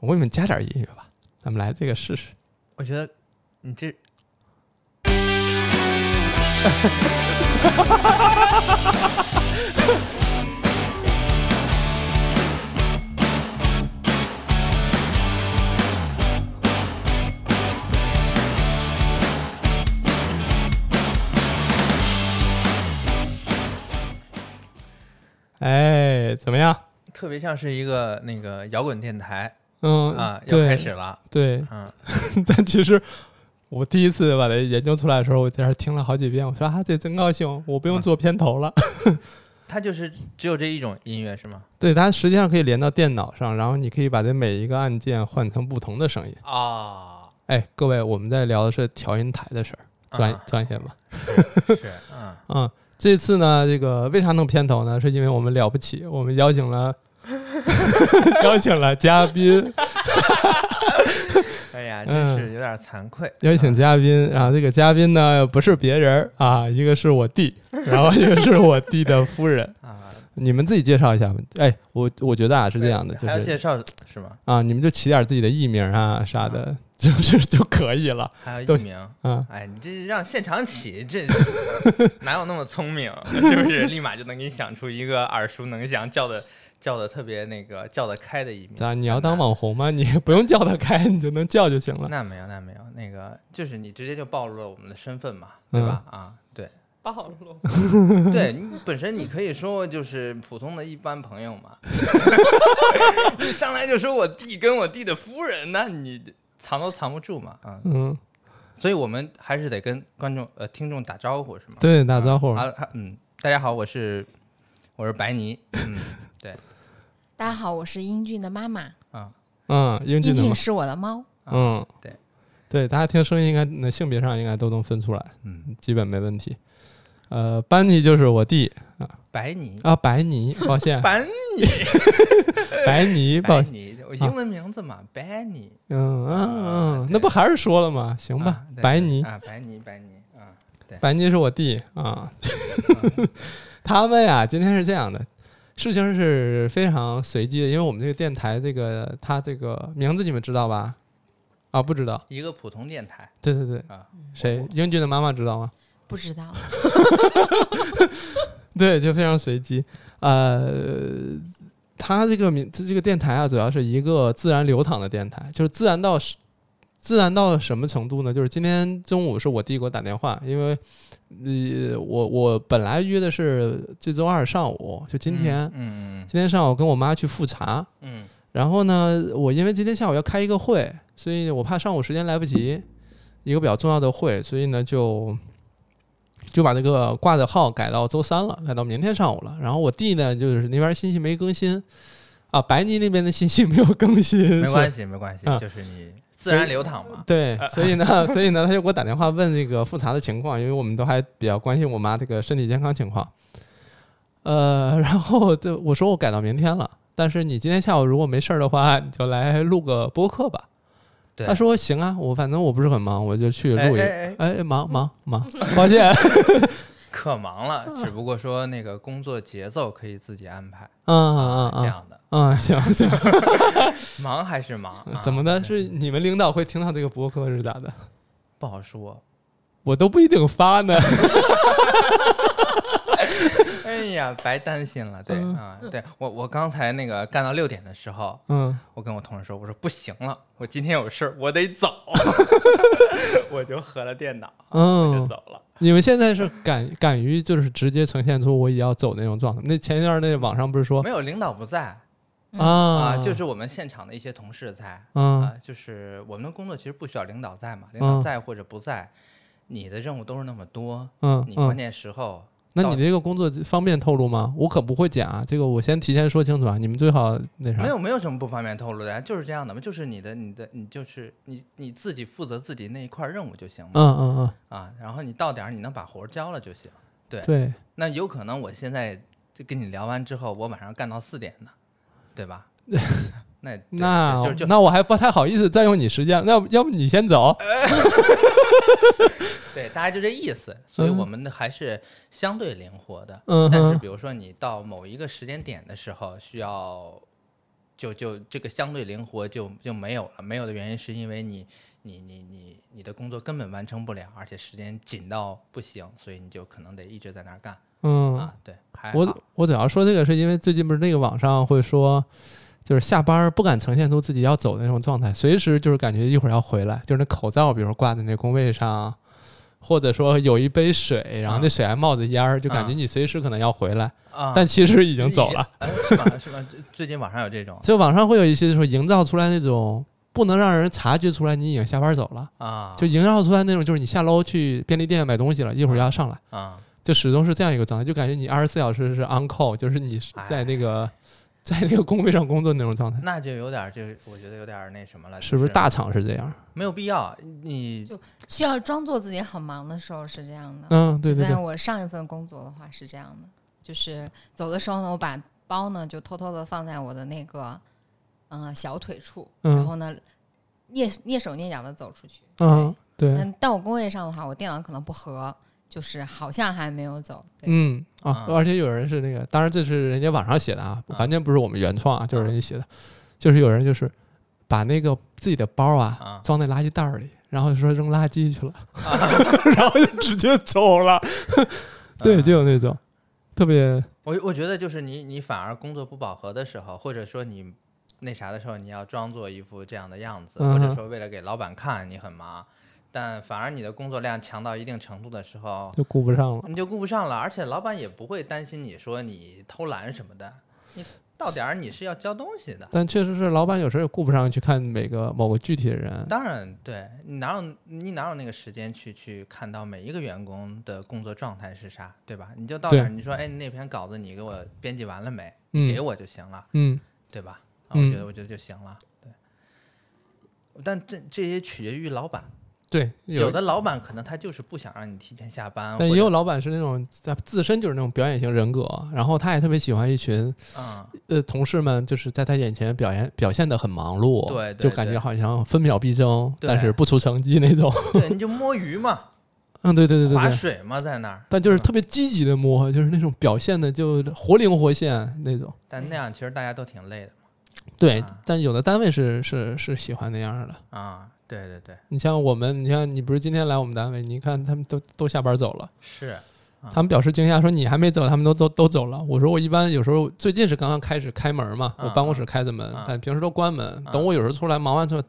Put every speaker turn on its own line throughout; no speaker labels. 我给你们加点音乐吧，咱们来这个试试。
我觉得你这
哎，怎么样？
特别像是一个那个摇滚电台
嗯
啊，要
对
开始了，
对，
嗯，
但其实我第一次把它研究出来的时候，我在这听了好几遍，我说啊，这真高兴，我
嗯
不用做片头了。
它就是只有这一种音乐是吗？
对，它实际上可以连到电脑上，然后你可以把这每一个按键换成不同的声音。
啊，
哎，各位，我们在聊的是调音台的事儿，专、
啊
专业吧。
是，嗯，
啊、这次呢，这个为啥弄片头呢？是因为我们了不起，我们邀请了 邀请了嘉宾，
哎呀，
嗯
真是有点惭愧，啊
邀请嘉宾，然后这个嘉宾呢不是别人儿啊，一个是我 弟，然后一个是我弟的夫人，
啊，
你们自己介绍一下吧。哎，我我觉得啊是这样的，就
还要
是
介绍是吗？
啊，你们就起点自己的艺名啊啥的， 就是就可以了
还有
都
艺名。
啊。
哎，你这让现场起， 这哪有那么聪明？是不是立马就能给你想出一个耳熟能详、叫的叫的特别那个叫得开的一名？
咋？你要当网红吗？你不用叫他开，你就能叫就行了。
那没有，那没有，那个就是你直接就暴露了我们的身份嘛，对吧？啊，对
暴露，
对，你本身你可以说就是普通的一般朋友嘛， 你上来就说我弟跟我弟的夫人，那你藏都藏不住嘛，啊，
嗯，
所以我们还是得跟观众呃听众打招呼是吗？
对，打招呼。
啊啊嗯，大家好，我是我是白泥，嗯，对
大家好，我是英俊的妈妈，
啊，
嗯，英
英
俊的吗
俊？是我的猫。
嗯，
对，
对，大家听声音应该，那性别上应该都能分出来，
嗯，
基本没问题。呃，班尼就是我弟
白泥，，
啊，白尼，抱歉
白
白尼，抱
白
歉，
泥，我英文名字嘛，白泥，
嗯嗯
啊
嗯，
对
那不还是说了吗？行吧
啊，对
白
对
尼，
啊，白泥，白泥啊，
白尼是我弟啊。
嗯
他们呀，今天是这样的，事情是非常随机的，因为我们这个电台，这个它这个名字你们知道吧？啊，不知道，
一个普通电台
对对对，
啊，
谁？英俊的妈妈知道吗？
不知道，
对，就非常随机。呃，它这个名这这个电台啊，主要是一个自然流淌的电台，就是自然到什自然到什么程度呢？就是今天中午是我弟给我打电话，因为呃，我我本来约的是这周二上午，就今天，
嗯嗯
今天上午跟我妈去复查。
嗯
然后呢，我因为今天下午要开一个会，所以我怕上午时间来不及，一个比较重要的会，所以呢就就把这个挂的号改到周三了，改到明天上午了。然后我弟呢，就是那边信息没更新啊，白泥那边的信息没有更
嗯，
新，
没
所以
关系没关系
啊，嗯
就是你自然流淌嘛，
对，所以 呢，所以呢，他就给我打电话问这个复查的情况，因为我们都还比较关心我妈这个身体健康情况。呃，然后就我说我改到明天了，但是你今天下午如果没事儿的话，你就来录个播客吧。
对
他说行啊，我反正我不是很忙，我就去录一
哎
个。
哎哎
哎，忙忙 忙，抱歉。
可忙了，只不过说那个工作节奏可以自己安排，
嗯嗯
这
嗯
样的，
嗯，行行。
忙还是忙，啊
嗯怎么的？
对
是你们领导会听到这个播客是咋的？
不好说，
我都不一定发呢。
哎呀，白担心了，对
嗯
啊，对我我刚才那个干到六点的时候，
嗯，
我跟我同事说，我说不行了，我今天有事儿，我得走， 我就合了电脑，
嗯
我就走了。
你们现在是敢敢于就是直接呈现出我也要走那种状态？那前一段那网上不是说
没有领导不在
啊
啊，就是我们现场的一些同事在
嗯
啊，就是我们的工作其实不需要领导在嘛，领
嗯
导在或者不在，你的任务都是那么多，
嗯
你关
嗯，
键时候
那
到
你这个工作方便透露吗？我可不会讲啊，这个我先提前说清楚啊，你们最好那啥。
没有没有什么不方便透露的呀，就是这样的嘛，就是你的你的你就是你你自己负责自己那一块任务就行嘛
嗯嗯嗯，
啊，然后你到点儿你能把活儿交了就行。
对，
那有可能我现在就跟你聊完之后，我晚上干到四点呢，对吧？ 那对
那
就就就
那我还不太好意思占用你时间，那要不要不你先走？
对，大家就这意思。所以
嗯
我们的还是相对灵活的。
嗯
但是
哼，
比如说你到某一个时间点的时候，需要就就这个相对灵活就就没有了。没有的原因是因为你你你你你的工作根本完成不了，而且时间紧到不行，所以你就可能得一直在那儿干、
嗯，
啊。对，还好
我我主要说这个是因为最近不是那个网上会说，就是下班儿不敢呈现出自己要走的那种状态，随时就是感觉一会儿要回来，就是那口罩，比如说挂在那工位上，或者说有一杯水，然后那水还冒着烟儿，就感觉
啊
你随时可能要回来，
啊，
但其实已经 走了。
哎，是吧？是吧？最最近网上有这种
就网上会有一些说营造出来那种不能让人察觉出来你已经下班走了，
啊，
就营造出来那种就是你下楼去便利店买东西了，一会儿要上来，
啊，
就始终是这样一个状态，就感觉你二十四小时是 on call，就是你是在那个在那个工位上工作那种状态，
那就有点儿，就是我觉得有点儿那什么了，
是不？
嗯就是
大厂是这样？
没有必要，你
就需要装作自己很忙的时候是这样的。
嗯，对对
就在
对，
我上一份工作的话是这样的，就是走的时候呢，我把包呢就偷偷的放在我的那个嗯、呃小腿处，
嗯
然后呢蹑蹑手蹑脚的走出去。
嗯，对，
嗯，但我工位上的话，我电脑可能不合，就是好像还没有走。对，
嗯啊，
啊
而且有人是那个，当然这是人家网上写的啊，
啊
完全不是我们原创啊，就是人家写的，就是有人就是把那个自己的包啊
啊
装在垃圾袋儿里，然后说扔垃圾去了， 然后就直接走了。对，
嗯
就有那种特别
我我觉得就是你你反而工作不饱和的时候，或者说你那啥的时候，你要装作一副这样的样子，或
嗯哼
者说为了给老板看你很忙，但反而你的工作量强到一定程度的时候，
就顾不上了。
你就顾不上了，而且老板也不会担心你说你偷懒什么的，你到点儿你是要交东西的。
但确实是老板有时候也顾不上去看每个某个具体的人，
当然，对你哪有你哪有那个时间去去看到每一个员工的工作状态是啥，对吧？你就到
对
点儿，你说，哎，你那篇稿子你给我编辑完了没？给
嗯
我就行了，
嗯
对吧？啊，
嗯
我觉得我觉得就行了，对。但这这些取决于老板，
对，
有的老板可能他就是不想让你提前下班，
但
或
也
者
有老板是那种他自身就是那种表演型人格，然后他也特别喜欢一群
嗯，
呃同事们，就是在他眼前表演表现的很忙碌，
对对
就感觉
对
好像分秒必争，
对
但是不出成绩那种。
对，你就摸鱼嘛，
嗯， 对对对对
划
对。
水嘛，在那儿。
但就是
嗯
特别积极的摸，就是那种表现的就活灵活现那种。
但那样其实大家都挺累的
对
啊，
但有的单位是是是喜欢那样的。
啊、对对对，
你像我们，你像你不是今天来我们单位，你看他们都都下班走了，
是啊
他们表示惊讶说你还没走，他们都都都走了。我说我一般有时候最近是刚刚开始开门嘛，
啊
我办公室开的门
啊，
但平时都关门。
啊
等我有时候出来忙完之后，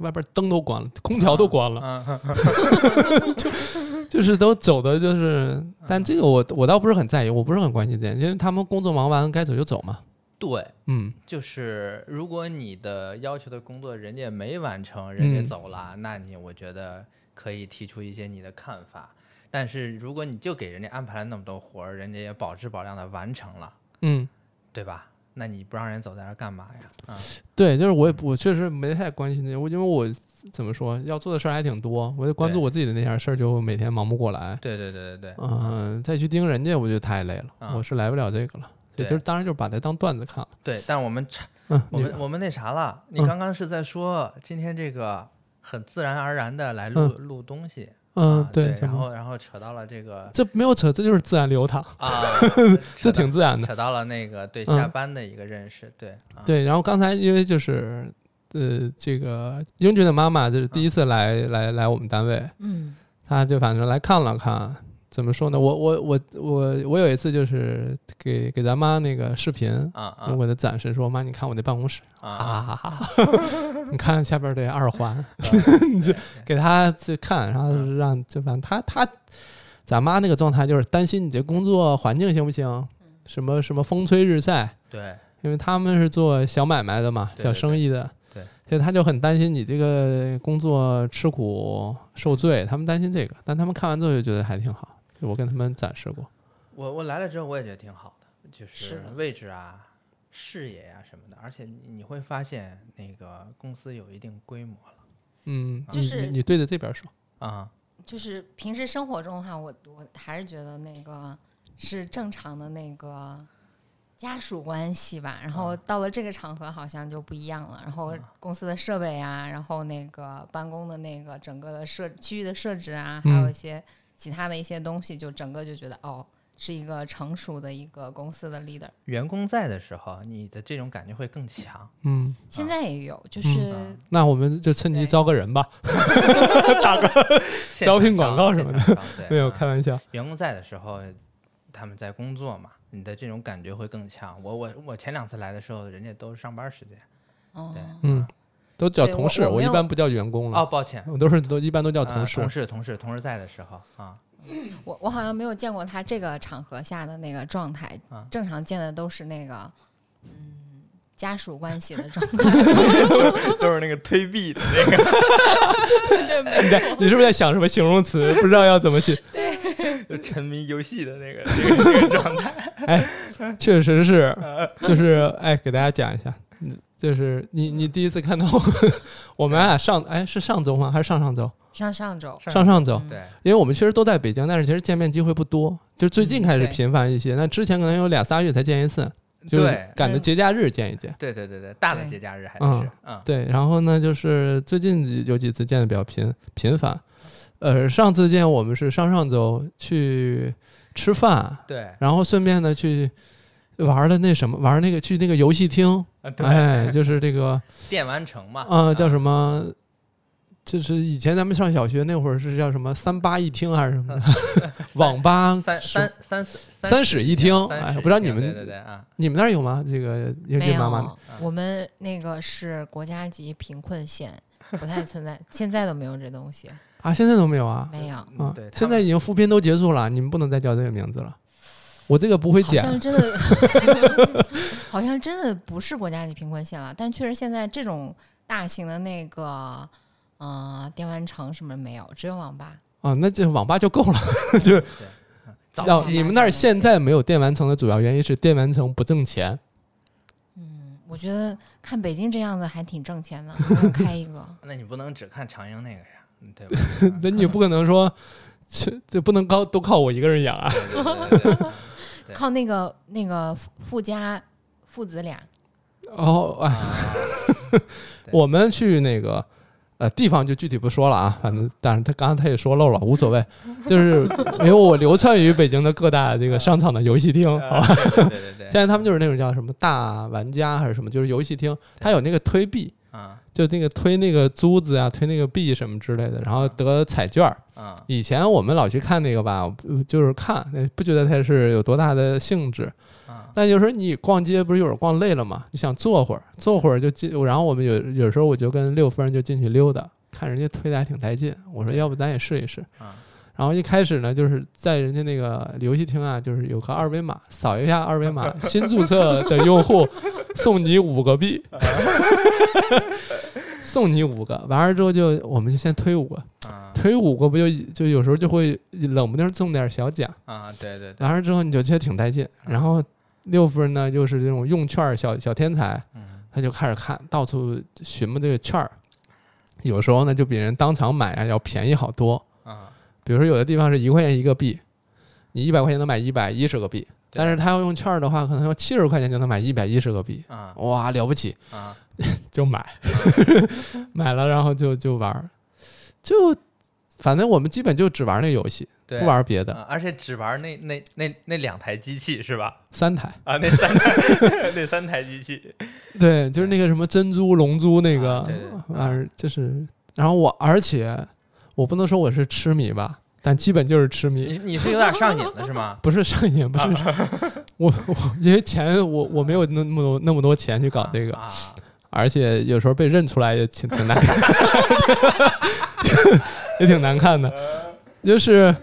外边灯都 关了，空调都关了，
嗯，嗯
就是都走的就是。
啊
但这个我我倒不是很在意，我不是很关心这件，因为他们工作忙完该走就走嘛。
对，
嗯，
就是如果你的要求的工作人家没完成，人家
嗯
走了，那你我觉得可以提出一些你的看法。但是如果你就给人家安排了那么多活儿，人家也保质保量的完成了，
嗯，
对吧？那你不让人走在那儿干嘛呀？啊，
对，就是我也我确实没太关心这，我因为我怎么说要做的事儿还挺多，我就关注
对
我自己的那点事儿，就每天忙不过来。
对对对对对，
嗯、再去盯人家，我觉得太累了，
啊
我是来不了这个了。也
对
就是当然就是把它当段子看了。
对。但我们差
嗯，
我
你
们我啊们那啥了，你
嗯
刚刚是在说今天这个很自然而然的来录、录东西，
嗯
啊，
对，怎
然
么
后然后扯到了 这个
这没有扯，这就是自然流淌，，
啊
这
扯到
挺自然的。
扯到了那个对
嗯
下班的一个认识，对啊，
对，然后刚才因为就是呃，这个英俊的妈妈就是第一次
啊
来、来来我们单位，
嗯，
她就反正来看了看。怎么说呢？我我我我我有一次就是给给咱妈那个视频，
啊
我
啊
给她展示说：“妈，你看我那办公室
啊啊，
啊， 你看下边这二环，
你这
给他去看，然后
嗯
让就反正他他咱妈那个状态就是担心你这工作环境行不行，
嗯
什么什么风吹日晒，
对
因为他们是做小买卖的嘛，
对
小生意的，
对对
所以他就很担心你这个工作吃苦受罪，他们担心这个，但他们看完之后就觉得还挺好，就我跟他们展示过，嗯
我我来了之后我也觉得挺好的，就是
是的
位置啊、视野啊什么的，而且你你会发现那个公司有一定规模了
嗯，
就
你
是
你你对着这边说，
啊，
就是平时生活中的话，我我还是觉得那个是正常的那个家属关系吧。然
嗯
后到了这个场合，好像就不一样了。然后公司的设备啊，然后那个办公的那个整个的设区域的设置啊，还有
嗯
一些其他的一些东西，就整个就觉得哦，是一个成熟的一个公司的 leader。
员工在的时候，你的这种感觉会更强。
嗯，
现在也有，就是、
啊嗯
那我们就趁机
对
招个人吧，招聘广告什么
的，现场对
没有
啊
开玩笑。
员工在的时候，他们在工作嘛，你的这种感觉会更强。我我我前两次来的时候，人家都是上班时间。
哦
对，
嗯，都叫
对
同
我
事，
我
我
没
一
有
般不叫员工了，
哦，抱歉，
我都是都一般都嗯叫
呃
同事
同。事同事同事在的时候 啊，
我我好像没有见过他这个场合下的那个状态，
啊
正常见的都是那个嗯家属关系的状态。
都是那个推币的。
对，没错。
你是不是在想什么形容词？不知道要怎么去？
就沉迷游戏的那个那个那个状态。
确实 是，就是哎，给大家讲一下，嗯就是你你第一次看到我，我们俩上哎是上周吗？还是上上周？
上上嗯周，
上上周，
对，
因为我们确实都在北京，但是其实见面机会不多，就最近
嗯
开始
对
频繁一些。那之前可能有俩仨月才见一次， 就是
对
赶着
嗯
节假日见一见。
对对对对，大的
对
节假日还
嗯
是嗯
对，然后呢，就是最近有几次见的比较频频繁，呃，上次见我们是上上周去吃饭，
对
然后顺便呢去玩的那什么，玩那个去那个游戏厅，
啊对，
哎，就是这个
电玩城嘛
啊叫
么？
什么，就是以前咱们上小学那会儿是叫什么三八一厅还是什么 的网吧
嗯三
什么
三三四
三室一厅，
三
哎，
室
不知道
一
你
厅对
们
对对啊，
你们那儿有吗？这个英
没
俊
有，
妈妈
我们那个是国家级贫困县，不太存在，现在都没有这东西，
啊，现在都没有啊？
没有，
啊
嗯，对，，他
现在
们
已经复编都结束了，你们不能再叫这个名字了。我这个不会
好
剪，
像真的， 好像真的不是国家级贫困县了，但确实现在这种大型的那个。嗯，电玩城什么没有，只有网吧。
啊，那这网吧就够了，就
早
哦，
期
你们那儿现在没有电玩城的主要原因是电玩城不挣钱，
我觉得看北京这样子还挺挣钱 的，我要开一个。
那你不能只看长英那个呀，嗯对吧？嗯
那你不可能说，这这不能靠都靠我一个人养啊。
对对对对对对
靠那个那个富富家父子俩，
哦，哎，
啊对
我们去那个呃地方就具体不说了啊，反正但是他刚刚他也说漏了，无所谓，就是因为我流窜于北京的各大这个商场的游戏厅，好吧。
啊对对对对
现
对
在他们就是那种叫什么大玩家还是什么，就是游戏厅，它有那个推币，
啊
就那个推那个珠子啊，推那个币什么之类的，然后得彩券儿。
啊
以前我们老去看那个吧，呃就是看，呃不觉得它是有多大的兴致。
啊
但有时候你逛街不是有时候逛累了嘛，你想坐会儿，坐会儿就进。然后我们有有时候我就跟六夫人就进去溜达，看人家推的还挺带劲，我说要不咱也试一试。
啊
然后一开始呢，就是在人家那个游戏厅啊，就是有个二维码，扫一下二维码，新注册的用户送你五个币，送你五个。完了之后就我们就先推五个，
啊
推五个不就就有时候就会冷不丁中点小奖。
啊！对对对，
完了之后你就觉得挺带劲。
啊
然后六夫人呢，就是这种用券儿小小天才，
嗯
她就开始看到处寻摸这个券儿，有时候呢就比人当场买啊要便宜好多。
啊
比如说有的地方是一块钱一个币，你一百块钱能买一百一十个币，但是他要用券儿的话，可能要七十块钱就能买一百一十个币，
啊
哇，了不起，
啊！
就买， 买了然后就就玩儿，就反正我们基本就只玩那游戏，
对，
不玩别的，
啊，而且只玩那那那那两台机器是吧？
三台。
啊，那三台那三台机器，
对，就是那个什么珍珠、龙珠那个
啊对对对
玩意儿，就是，然后我而且我不能说我是痴迷吧，但基本就是痴迷，
你你是有点上瘾了是吗？
不是上瘾，不 是、我我因为钱我我没有那么多那么多钱去搞这个，
啊，
而且有时候被认出来也挺挺难看 的，也挺难看的，就是。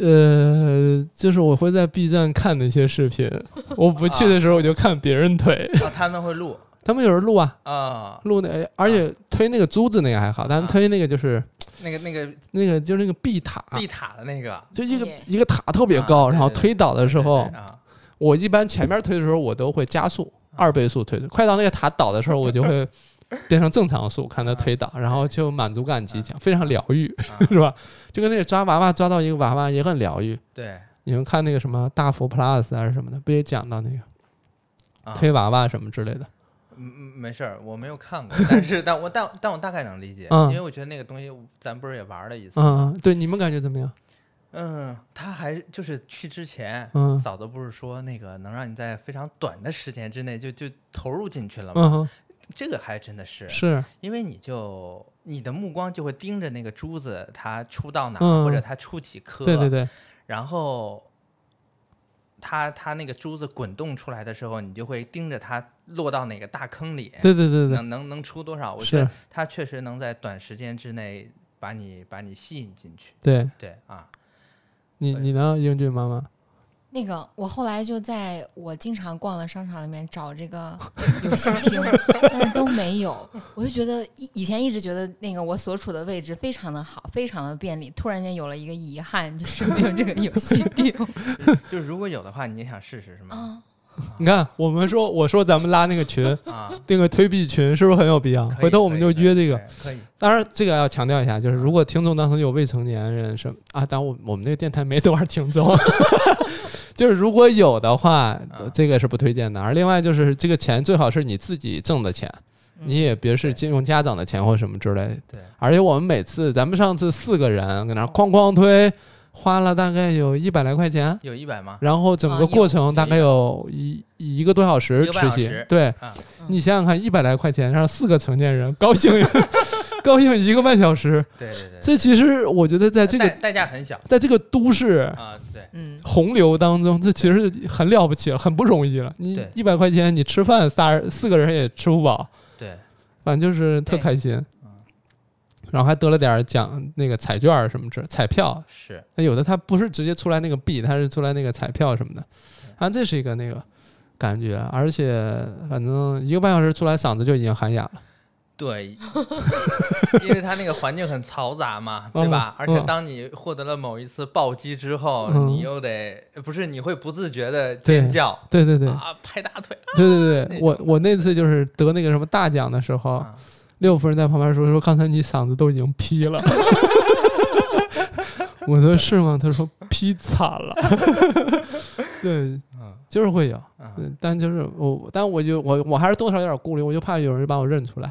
呃，就是我会在 B 站看那些视频，我不去的时候我就看别人腿，
啊他们会录
他们有人录啊，
啊，
录那，哎而且推那个珠子那个还好，但
啊
推那个就是
那个那个
那个就是那个碧塔，
碧塔的那个
就一个
对
一个塔特别高，
啊
然后
对对
推倒的时候
对，对啊，
我一般前面推的时候我都会加速二倍速推，快到那个塔倒的时候，我就 会变成正常速看它推倒，然后就满足感极强，非常疗愈，
啊
是吧？就跟那个抓娃娃抓到一个娃娃也很疗愈。
对
你们看那个什么大佛 Plus 还是什么的，不也讲到那个
啊，
推娃娃什么之类的？
嗯嗯没事儿，我没有看过，但是但我但但我大概能理解，
嗯
因为我觉得那个东西咱不是也玩了一次，
嗯，对，你们感觉怎么样？
嗯，他还就是去之前，
嗯
嫂子不是说那个能让你在非常短的时间之内就就投入进去了吗？
嗯哼，
这个还真的是，
是，
因为你就你的目光就会盯着那个珠子，它出到哪、
嗯
或者它出几颗，
对对对，
然后它它那个珠子滚动出来的时候，你就会盯着它落到哪个大坑里，
对对对对，
能能能出多少？嗯我
是
觉得它确实能在短时间之内把你把你吸引进去。
对
对啊，
你
对
你呢，英俊妈妈？
那个，我后来就在我经常逛的商场里面找 这个游戏厅，但是都没有。我就觉得以以前一直觉得那个我所处的位置非常的好，非常的便利。突然间有了一个遗憾，就是没有这个游戏 厅哦
就是如果有的话，你也想试试是吗？
啊。
你看，我们说我说咱们拉那个群，
哦
啊，
那个推币群，是不是很有必要？
可以
回头我们就
可以
约这个。
可以
当然，这个要强调一下，就是如果听众当中有未成年人什么啊，当然我我们这个电台没多少听 众，就是如果有的话，
嗯
这个是不推荐的。而另外就是这个钱最好是你自己挣的钱，
嗯
你也别是
对
借用家长的钱或什么之类的。
对嗯
而且我们每次，咱们上次四个人搁那儿哐哐推，花了大概有一百来块钱，
有一百吗？
然后整个
啊
过程大概有一一个多小时
一个半
持
小
续
时。
对
啊，
你想想看，一百来块钱让四个成年人高兴 高兴一个半小时，
对对对，
这其实我觉得在这
代
个
代价很小
在这个都市
啊，对
嗯，
洪流当中，这其实很了不起了，很不容易了。你
对
一百块钱，你吃饭仨人四个人也吃不饱，
对，
反正就是特
对
开心。
嗯
然后还得了点儿奖，那个彩券儿什么之彩票，
是
那有的它不是直接出来那个币，它是出来那个彩票什么的，啊，这是一个那个感觉，啊而且反正一个半小时出来，嗓子就已经喊哑了。
对，因为它那个环境很嘈杂嘛，对吧？而且当你获得了某一次暴击之后，
嗯
你又得不是你会不自觉的尖叫
对对对
啊，拍大腿
对对对，
那
我我那次就是得那个什么大奖的时候，
啊，
六夫人在旁边说说刚才你嗓子都已经劈 了。我说是吗？他说劈惨 了，对，
嗯
就是会有，
嗯，
嗯，但就是我，但我就我我还是多少有点顾虑，我就怕有人把我认出来。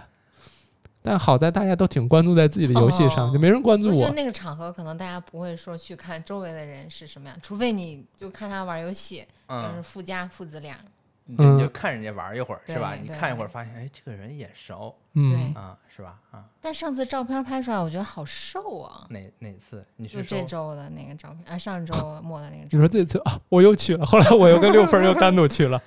但好在大家都挺关注在自己的游戏上，
哦
就没人关注
我觉
我
得。那个场合可能大家不会说去看周围的人是什么样，除非你就看他玩游戏，要是
嗯，
富家父子俩，
你就
嗯
你就看人家玩一会儿是吧？
对
你
对
看一会儿发现，哎，这个人眼熟
嗯
对，
啊，是吧？啊，
但上次照片拍出来，我觉得好瘦啊。
哪哪次你
就是这
说
周的那个照片啊，上周末的那个
你
照
说这次啊，我又去了，后来我又跟六分儿又单独去 了，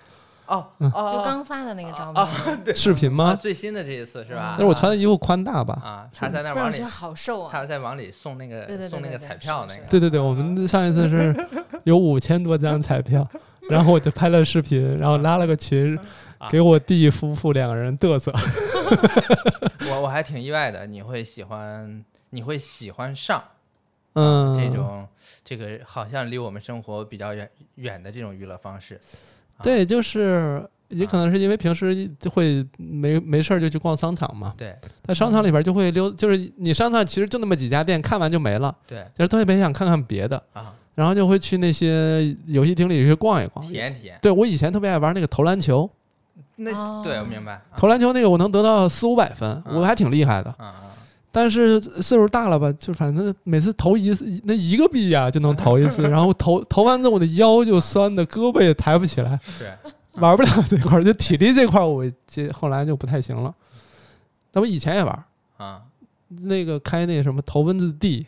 哦
嗯
片，就
哦
刚发的那个照片，
视频
啊，
吗？
最新的这一次是吧？
但是我
啊
穿的衣服宽大吧？
啊，他在那
不
往
然我
里
觉得好瘦啊。
他在往里送那个
对对对
送那
对
个
对
彩
是
票
的
那
是
个
的，
对对对，我们上一次是有五千多张彩票，然后我就拍了视频，然后拉了个群，
啊
给我弟夫妇两个人嘚瑟。
我我还挺意外的，你会喜欢，你会喜欢上
嗯，
啊这种、这个好像离我们生活比较远远的这种娱乐方式。啊
对，就是也
啊
可能是因为平时就会没没事儿就去逛商场嘛。
对
在商场里边就会溜，就是你商场其实就那么几家店，看完就没了，
对
就是特别想看看别的，
啊，
然后就会去那些游戏厅里去逛一逛
体。验体验。
对我以前特别爱玩那个投篮球，
那、
哦
对我明白。啊
投篮球那个我能得到四五百分，我还挺厉害的。
啊啊，
但是岁数大了吧，就反正每次投一次那一个币啊呀、就能投一次，然后投投完之后我的腰就酸的，胳膊也抬不起来，
是
玩不了这块儿，就体力这块儿我这后来就不太行了。但我以前也玩，
啊，
那个开那什么投奔子地，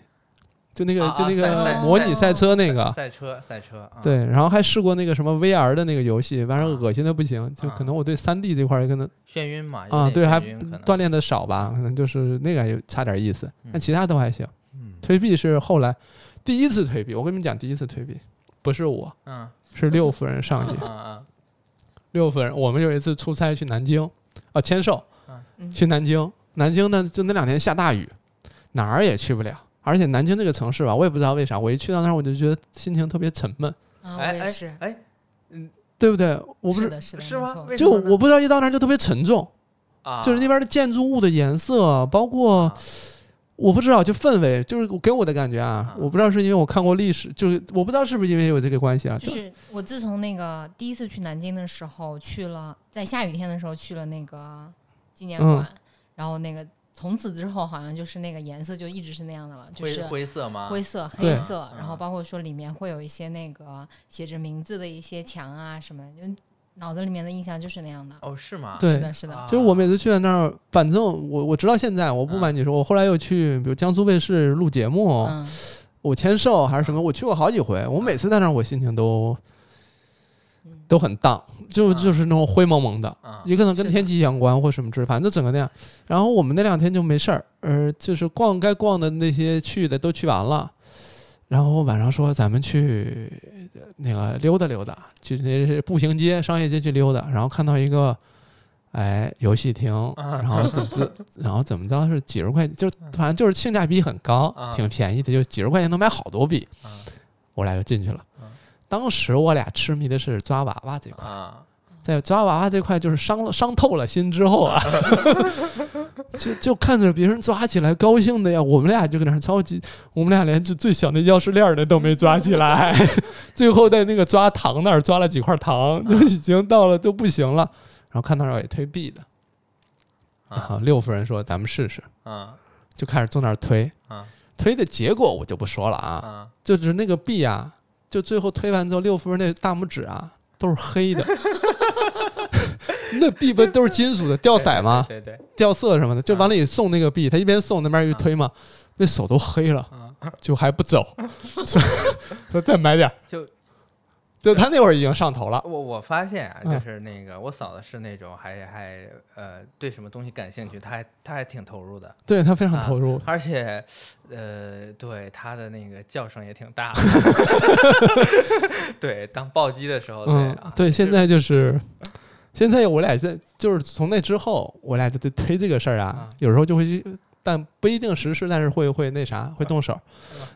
就那个、
啊啊
就那
赛
个
赛
模拟赛车那个，
赛车赛车啊，
对，然后还试过那个什么 VR 的那个游戏，反正
啊
恶心的不行，就
啊
可能我对3 D 这块儿可能
眩晕嘛，有
啊
点
对还
眩晕可能
锻炼的少吧，可能就是那个有差点意思，但
嗯
其他都还行。
嗯
推币是后来第一次推币，我跟你们讲，第一次推币不是我，
嗯
是六夫人上 瘾
嗯。嗯
六夫人，我们有一次出差去南京，啊，签售
嗯
去南京，南京呢就那两天下大雨，哪儿也去不了。而且南京这个城市吧，我也不知道为啥，我一去到那儿我就觉得心情特别沉闷，
嗯，
啊，我
哎
也
哎
是，
哎，
对不对？我不
是
是
的，是的，
是吗
没错
为什
就
么呢
我不知道一到那儿就特别沉重，
啊，
就是那边的建筑物的颜色，包括
啊
我不知道，就氛围，就是给我的感觉啊
啊，
我不知道是因为我看过历史，就是我不知道是不是因为有这个关系啊，
就
就是
我自从那个第一次去南京的时候，去了在下雨天的时候去了那个纪念
嗯
馆，然后那个从此之后好像就是那个颜色就一直是那样的了，就
灰
是
灰色吗？
灰色、黑
对
色，然后
啊嗯
包括说里面会有一些那个写着名字的一些墙啊什么的，就脑子里面的印象就是那样的。
哦，是吗？
对
是的，是的，
啊
就是我每次去了那儿，反正我我直到现在，我不瞒你说，我后来又去，比如江苏卫视录节目，
啊
嗯，
我签售还是什么，我去过好几回。我每次在那儿，我心情都
嗯
都很荡，就
啊
就是那种灰蒙蒙的，
啊，
也可能
是
跟
的
天气相关或什么之类，反正就整个那样。然后我们那两天就没事儿，呃，就是逛该逛的那些去的都去完了。然后晚上说咱们去呃那个溜达溜达，去那是步行街、商业街去溜达，然后看到一个哎游戏厅，
啊
然后怎 么然后怎么着是几十块，就反正就是性价比很高
嗯啊，
挺便宜的，就几十块钱能买好多笔
啊。
我俩就进去了
啊，
当时我俩痴迷的是抓娃娃这块。
啊，
在抓娃娃这块，就是伤了伤透了心之后 啊，就就看着别人抓起来高兴的呀，我们俩就搁那儿着急，我们俩连就最小那钥匙链儿的都没抓起 来，最后在那个抓糖那儿抓了几块
啊
糖，就已经到了都不行了，然后看到那儿有一推币的，
啊
然后六夫人说咱们试试，
啊
就开始坐那儿推
啊，
推的结果我就不说了啊，
啊
就只是那个币啊，就最后推完之后，六夫人那大拇指啊都是黑的， 那币不都是金属的掉色吗？
对对对
掉色什么的，就往里送那个币，他一边送那边一推嘛，那手都黑了，
啊，
就还不走， 说说再买点儿，
就
就他那会儿已经上头了，
我我发现啊，
嗯
就是那个我嫂子是那种还还呃对什么东西感兴趣，她还她还挺投入的，
对他非常投入，
而且呃对她的那个叫声也挺大 对，当暴击的时候，
嗯
啊，
对，
就
现在就是。现在我俩在就是从那之后，我俩就对推这个事儿啊
啊，
有时候就会去，但不一定实施，但是会会那啥，会动手。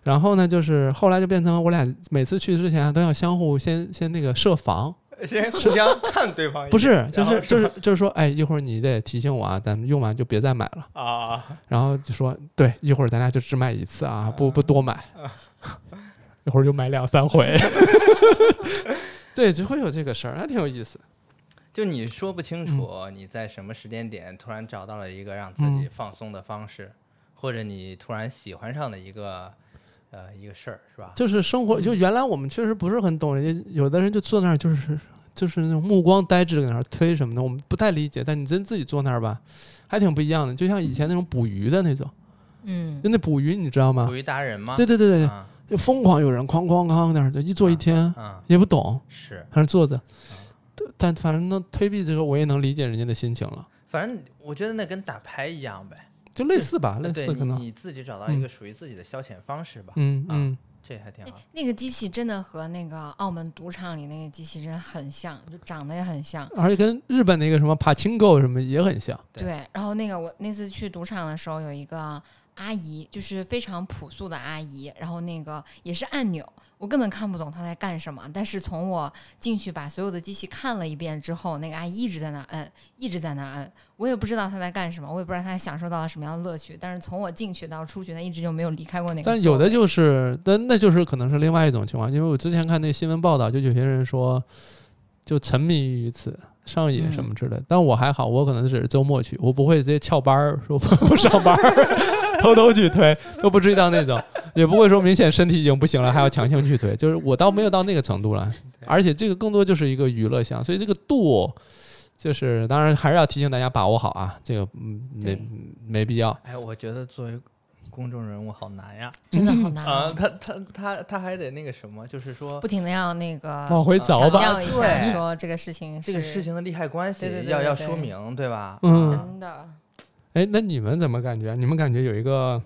然后呢，就是后来就变成我俩每次去之前啊都要相互先先那个设防，
先互相看对方一眼，
不是，就
哎然后
是就是是就是说，哎，一会儿你得提醒我啊，咱们用完就别再买了。
啊，
然后就说，对，一会儿咱俩就只买一次啊，不不多买，一会儿就买两三回。对，就会有这个事儿，还挺有意思。
就你说不
嗯
清楚你在什么时间点突然找到了一个让自
嗯
己放松的方式，或者你突然喜欢上的一个呃一个事儿，是吧？
就是生
嗯
活，就原来我们确实不是很懂人家，有的人就坐那儿就是就是那种目光呆滞，搁那儿推什么的，我们不太理解。但你真自己坐那儿吧，还挺不一样的。就像以前那种捕鱼的那种，
嗯
就那捕鱼，你知道吗
捕？鱼达人吗？
啊对对对对，
啊
就疯狂有人哐哐哐那儿就一坐一天，
啊，
也不懂，
是，
还是坐着。但反正能推币这个，我也能理解人家的心情了，
反正我觉得那跟打牌一样呗，
就类似吧，类
对
似
你
可能，
你自己找到一个属于自己的消遣方式吧，
嗯
啊
嗯，
这还挺好。
那个机器真的和那个澳门赌场里那个机器真的很像，就长得也很像。
而且跟日本那个什么帕青狗什么也很像，
对
对，然后那个我那次去赌场的时候，有一个阿姨，就是非常朴素的阿姨，然后那个也是按钮，我根本看不懂她在干什么。但是从我进去把所有的机器看了一遍之后，那个阿姨一直在那儿摁，一直在那儿摁，我也不知道她在干什么，我也不知道她享受到了什么样的乐趣。但是从我进去到出去，她一直就没有离开过那个座位。
但有的就是，但那就是可能是另外一种情况，因为我之前看那个新闻报道，就有些人说就沉迷于此。上瘾
嗯
什么之类的，但我还好，我可能只是周末去，我不会直接翘班儿说不不上班儿， 偷偷去推，都不至于到那种，也不会说明显身体已经不行了还要强行去推，就是我倒没有到那个程度了，而且这个更多就是一个娱乐项，所以这个度就是当然还是要提醒大家把握好啊，这个嗯没
对
没必要，
哎，我觉得作为公众人物好难呀，
真的好难啊，
啊，他他他他还得那个什么，就是说
不停的要那个
往回
啊强
找吧，
调一下，
对
说这个事情
这个事情的利害关系
对对对
要
对
要
对
说明，对吧？
嗯
啊
真的
哎，那你们怎么感觉？你们感觉有一个，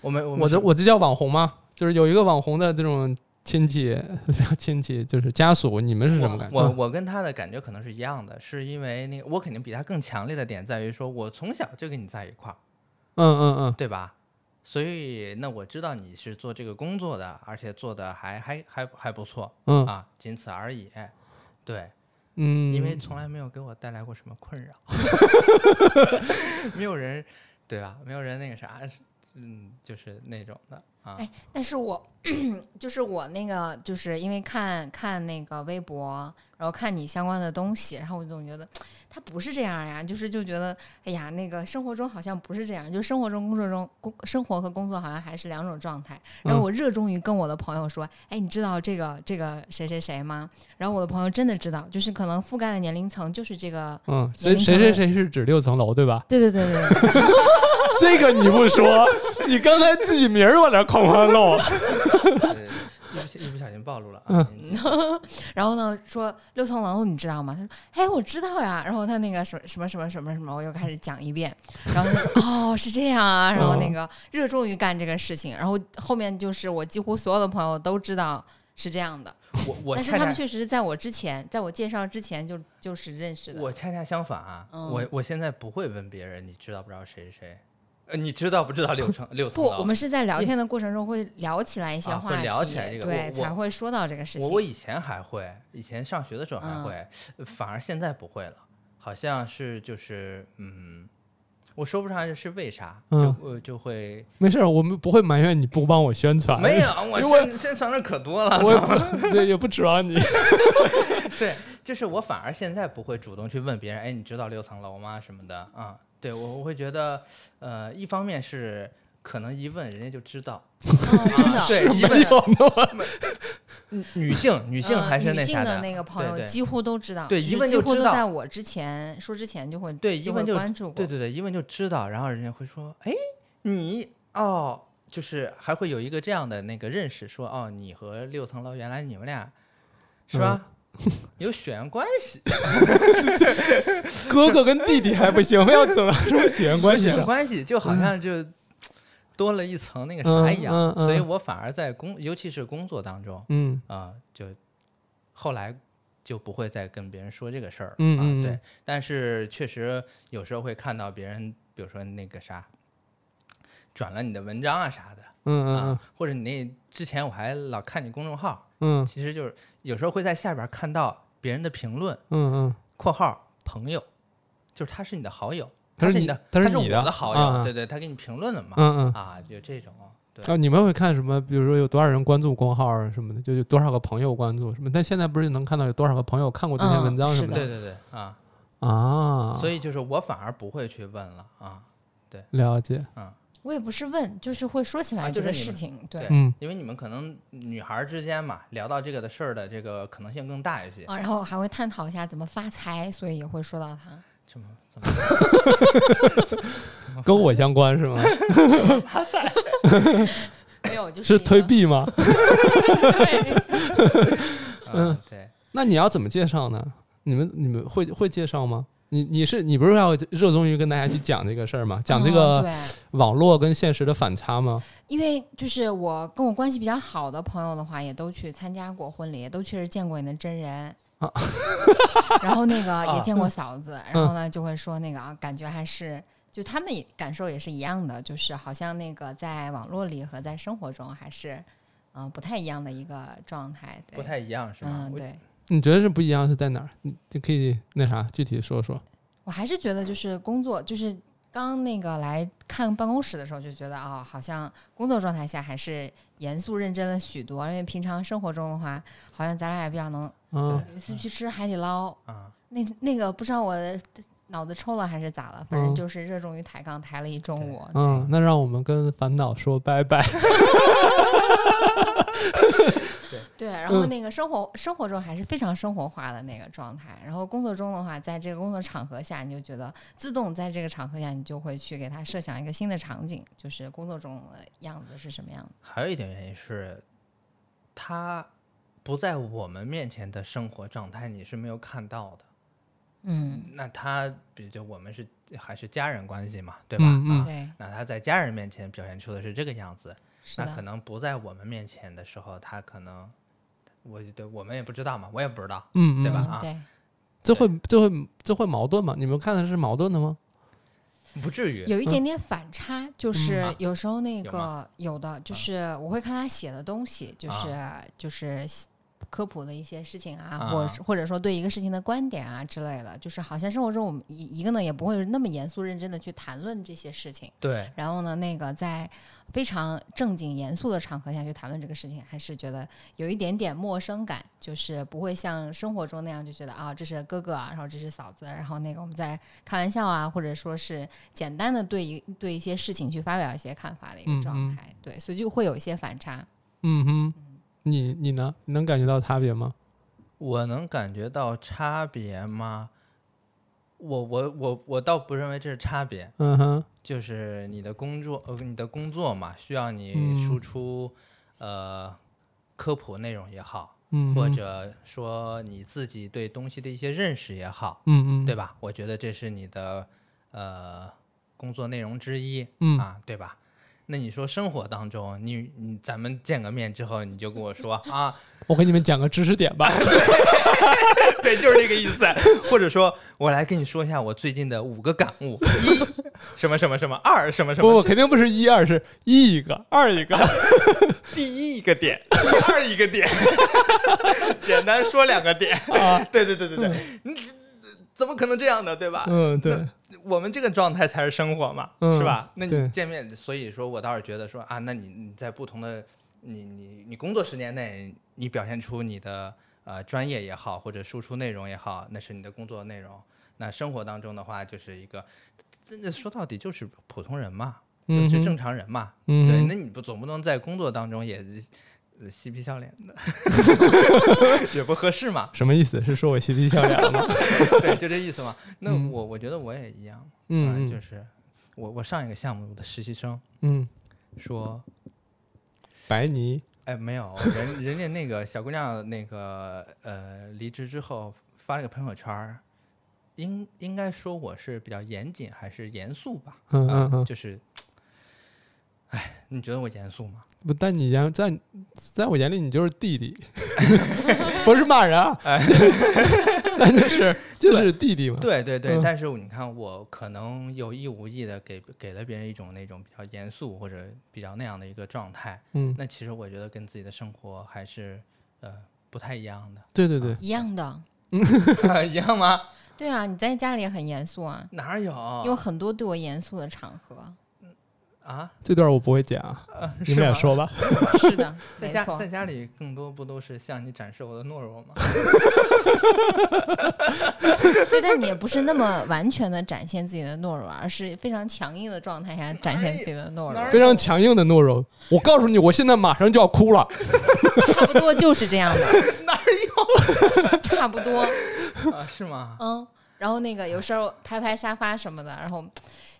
我们我们
我
是
这我这叫网红吗？就是有一个网红的这种亲戚， 亲戚就是家属，你们是什么感觉？嗯
我我跟他的感觉可能是一样的，是因为那个我肯定比他更强烈的点在于说，我从小就跟你在一块儿，
嗯嗯嗯，
对吧？所以那我知道你是做这个工作的，而且做的还还还还不错，
嗯
啊，仅此而已。对，
嗯，
因为从来没有给我带来过什么 困扰，没有人，对吧？没有人那个啥，嗯，就是那种的，啊
哎但是我 就是我那个，就是因为看看那个微博，然后看你相关的东西，然后我总觉得他不是这样呀，就是就觉得哎呀，那个生活中好像不是这样，就是生活中、工作中、工生活和工作好像还是两种状态。然后我热衷于跟我的朋友说，哎，你知道这个这个谁谁谁吗？然后我的朋友真的知道，就是可能覆盖的年龄层就是这个，
嗯，谁谁谁谁是指六层楼对吧？
对对对对对。
这个你不 说，你刚才自己名儿往那哐哐漏。
对一不小一不小心暴露了
嗯
啊！年纪
然后呢，说六层楼你知道吗？他说，哎，我知道呀。然后他那个什么什么什么什么什么，我又开始讲一遍。然后他说，哦，是这样啊。然后
嗯
那个热衷于干这个事情。然后后面就是我几乎所有的朋友都知道是这样的，
我我
但是
恰
他们
恰
确实是在我之前，在我介绍之前就就是认识的。
我恰恰相反啊！
嗯
我我现在不会问别人，你知道不知道谁是谁？呃，你知道不知道六 层六层
不，
楼？
我们是在聊天的过程中会聊起来一些
啊
话
会
题，
聊起来这个我
对，
我
才会说到这个事
我我
情。
以前还会，以前上学的时候
嗯
还会，呃反而现在不会了。好像是就是嗯，我说不上是为啥，
嗯
就呃就会
没事儿，我们不会埋怨你不帮我宣 传。
没有，我
如果
宣宣传的可多了。
我也不对，也不指望你。
对，就是我反而现在不会主动去问别人，哎，你知道六层楼吗？什么的啊？对我我会觉得，呃，一方面是可能一问人家就知道，
哦真的，
啊对，一
没
问
有那么
女性女性
嗯
还是
女
那
性
啥
的那个朋友
对对
几乎都知道，
对
就
一
是
问
几
就
乎
知
都
道
在我之前说之前就会
对一
就
问
会
就
关注过，
对对对，一问就知道，然后人家会说，哎，你哦，就是还会有一个这样的那个认识，说哦，你和六层楼原来你们俩是吧？
嗯
有血缘关系，
哥哥跟弟弟还不行，非要走 到什么血缘关
有
系
血缘
上？
关系就好像就多了一层那个啥
嗯
一样，
嗯
所以
嗯
我反而在工，尤其是工作当中
嗯
啊、就后来就不会再跟别人说这个事儿了。
嗯
啊
嗯嗯
对。但是确实有时候会看到别人，比如说那个啥，转了你的文章啊啥的
嗯嗯
啊，或者你那之前我还老看你公众号，
嗯
其实就是有时候会在下边看到别人的评论
嗯嗯，
（括号朋友），就是他是你的好友，
他是
是
你
你的，
他是
是
你
我
的
的好
啊啊
友，对对，他给你评论了嘛，
嗯嗯。
啊，有这种，对。
啊，你们会看什么？比如说有多少人关注公号啊什么的，就有多少个朋友关注什么？但现在不是能看到有多少个朋友看过这篇
嗯
文章
是
什么
的
的
对对对啊，
啊？
所
以
以就是我反而不会去问了啊，
了解，
我也不是问，就是会说起
啊
来
就
这个
是你
事
们
情，对。
嗯
因为你们可能女孩儿之间嘛，聊到这个的事儿的这个可能性更大一些。
啊，然后还会探讨一下怎么发财，所以也会说到他。
怎么怎么
跟我相关是 吗？
没有，就是是
推 币吗？
嗯对，
那你要怎么介绍呢？你们你们会会介绍吗？你你是你不是要热衷于跟大家去讲这个事儿吗？讲
嗯
这个
哦对，
网络跟现实的反差吗？
因为就是我跟我关系比较好的朋友的话，也都去参加过婚礼，也都确实见过你的真人。
啊
然后那个
啊
也见过嫂子，然后呢就会说那个啊，感觉还是就他们也感受也是一样的，就是好像那个在网络里和在生活中还是嗯、呃不太一样的一个状态，对
不太一样是吗？
嗯
我
对。
你觉得是不一样是在哪儿？你就可以那啥具体说说。
我还是觉得就是工作，就是刚那个来看办公室的时候，就觉得哦，好像工作状态下还是严肃认真了许多。因为平常生活中的话，好像咱俩也比较能。
啊，
有一次去吃海底捞，
啊，
那那个不知道我脑子抽了还是咋了，
嗯
反正就是热衷于抬杠，抬了一中午。
嗯，那让我们跟烦恼说拜拜。
对，然后那个生活、生活中还是非常生活化的那个状态，然后工作中的话，在这个工作场合下，你就觉得自动在这个场合下，你就会去给他设想一个新的场景，就是工作中的样子是什么样的。
还有一点原因是，他不在我们面前的生活状态你是没有看到的。
嗯，
那他，比如就我们是还是家人关系嘛，对吧？
嗯嗯
啊，
对，
那他在家人面前表现出的是这个样子，
是
那可
的，
能不在我们面前的时候，他可能，我对我们也不知道嘛，我也不知道。
嗯，嗯
对吧
嗯
啊
对，
这会这会这会矛盾吗？你们看的是矛盾的吗？
不至于。
有一点点反差，就是有时候那
嗯有嗯
个有的就是我会看他写的东西，就是就是科普的一些事情啊，
啊
或者是或者说对一个事情的观点啊之类的，就是好像生活中我们一一个呢也不会那么严肃认真的去谈论这些事情，
对，
然后呢，那个在非常正经严肃的场合下去谈论这个事情，还是觉得有一点点陌生感，就是不会像生活中那样就觉得啊，这是哥哥啊，然后这是嫂子，然后那个我们在开玩笑啊，或者说是简单的对一对一些事情去发表一些看法的一
嗯
个状
嗯
态，对，所以就会有一些反差。
嗯哼，你你呢？你能感觉到差别吗？
我能感觉到差别吗？我我我我倒不认为这是差别，
嗯哼，
就是你的工作呃你的工作嘛，需要你
嗯
输出、呃科普内容也好，
嗯哼，
或者说你自己对东西的一些认识也好，
嗯嗯，
对吧？我觉得这是你的呃工作内容之一、
嗯
啊，对吧？那你说生活当中，你你咱们见个面之后，你就跟我说啊，
我给你们讲个知识点 吧。
对，就是这个意思。 或者说，我来跟你说一下我最近的五个感悟：一什么什么什么，二什么什
不不，
么，
肯定不是一二，是一个二一个。
第一个点，第二一个点， 简单说两个点。
啊，
对对对对对，你这呃怎么可能这样呢？对吧？
嗯，对，
我们这个状态才是生活嘛，
嗯
是吧？那
对
你见面，所以说我倒是觉得说啊，那你你在不同的你你你工作时间内，你表现出你的呃专业也好，或者输出内容也好，那是你的工作内容。那生活当中的话，就是一个，这这说到底就是普通人嘛，就
嗯
是
哼
正常人嘛。对，
嗯
那
哼，
你不总不能在工作当中也呃嬉皮笑脸的， 也不合适嘛。
什么意思？是说我嬉皮笑
啊
脸了吗？
对，就这意思嘛。那
嗯
我我觉得我也一样。
嗯
啊就
嗯
是我我上一个项目的实习生
嗯，
说，
白泥，
哎，没有，人 人家那个小姑娘那个呃离职之后发了个朋友圈儿，应应该说我是比较严谨还是严肃吧？
嗯
啊
嗯嗯
就是，哎，你觉得我严肃吗？
不，但你眼在在我眼里你就是弟 弟，不是骂人啊，但就是就是弟弟嘛。
哎 对对对，
嗯
但是你看我可能有意无意的给给了别人一种那种比较严肃或者比较那样的一个状态，
嗯，
那其实我觉得跟自己的生活还是呃不太一样的。
对对对，
一样的，
啊，一样吗？
对啊，你在家里也很严肃啊，
哪儿有？
有很多对我严肃的场合。
啊？
这段我不会剪啊，
呃
你
是
们也
吗？
说吧。
是的，
在
没
家
错
在。家里更多不都是向你展示我的懦弱 吗？
对，但你也不是那么完全的展现自己的懦弱，而是非常强硬的状态下展现自己的懦
哪
弱
儿，
非常强硬的懦弱，我告诉你，我现在马上就要哭了。
哎
差不多就是这样 的，
哪儿
差不多，
有啊？是吗？
嗯。然后那个有时候拍拍沙发什么的，然后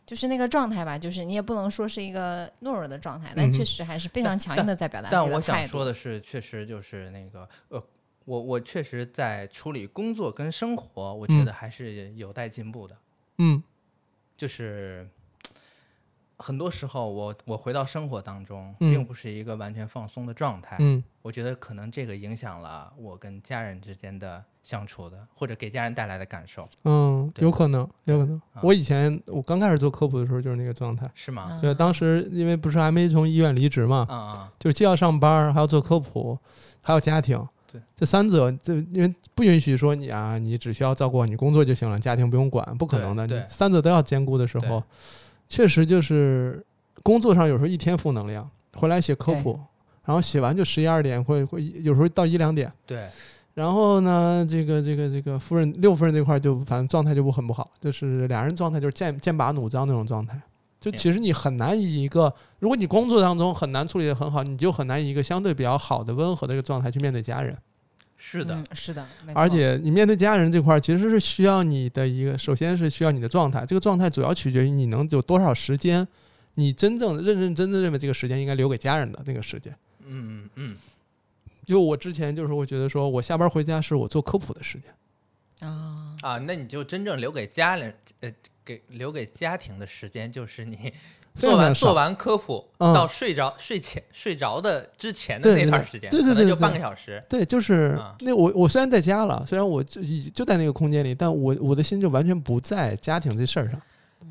就是那个状态吧，就是你也不能说是一个懦弱的状态，但
嗯
确实还是非常强硬的在表达自
但
己
我
的
想
态
说
度。
的是，确实就是那个呃，我我确实在处理工作跟生活，我觉
嗯
得还是有待进步的。
嗯
就是很多时候我，我回到生活当中，
嗯
并不是一个完全放松的状态。
嗯
我觉得可能这个影响了我跟家人之间的相处的，或者给家人带来的感受，
嗯，
对
有可能，有可能
啊。
我以前我刚开始做科普的时候就是那个状态。
是吗？
嗯
对，当时因为不是还没从医院离职嘛，
啊啊，
就既要上班，还要做科普，还有家庭，
对
这三者，这因为不允许说你啊，你只需要照顾好你工作就行了，家庭不用管，不可能的，
对
你
对
三者都要兼顾的时候
对，
确实就是工作上有时候一天负能量，回来写科普，然后写完就十一二点，会会有时候到一两点，
对，
然后呢，这个这个这个夫人六夫人这块儿就反正状态就不很不好，就是俩人状态就是剑剑拔弩张那种状态。就其实你很难以一个，如果你工作当中很难处理的很好，你就很难以一个相对比较好的温和的一个状态去面对家人。
是的，
嗯，是的，没
而
错
且你面对家人这块儿，其实是需要你的一个，首先是需要你的状态，这个状态主要取决于你能有多少时间，你真正认认真真认为这个时间应该留给家人的那个时间。
嗯嗯嗯，
就我之前就是我觉得说我下班回家是我做科普的时间，
啊，
啊，那你就真正留给家人，呃，给留给家庭的时间，就是你
非
做
常
完
少
做完科普、
嗯
到睡着睡前睡着的之前的
对对
那段
对
时间，
对对
可能
对
就
对
半
对
个小时，
对，就是
啊
那我我虽然在家了，虽然我就已就在那个空间里，但我我的心就完全不在家庭这事儿上，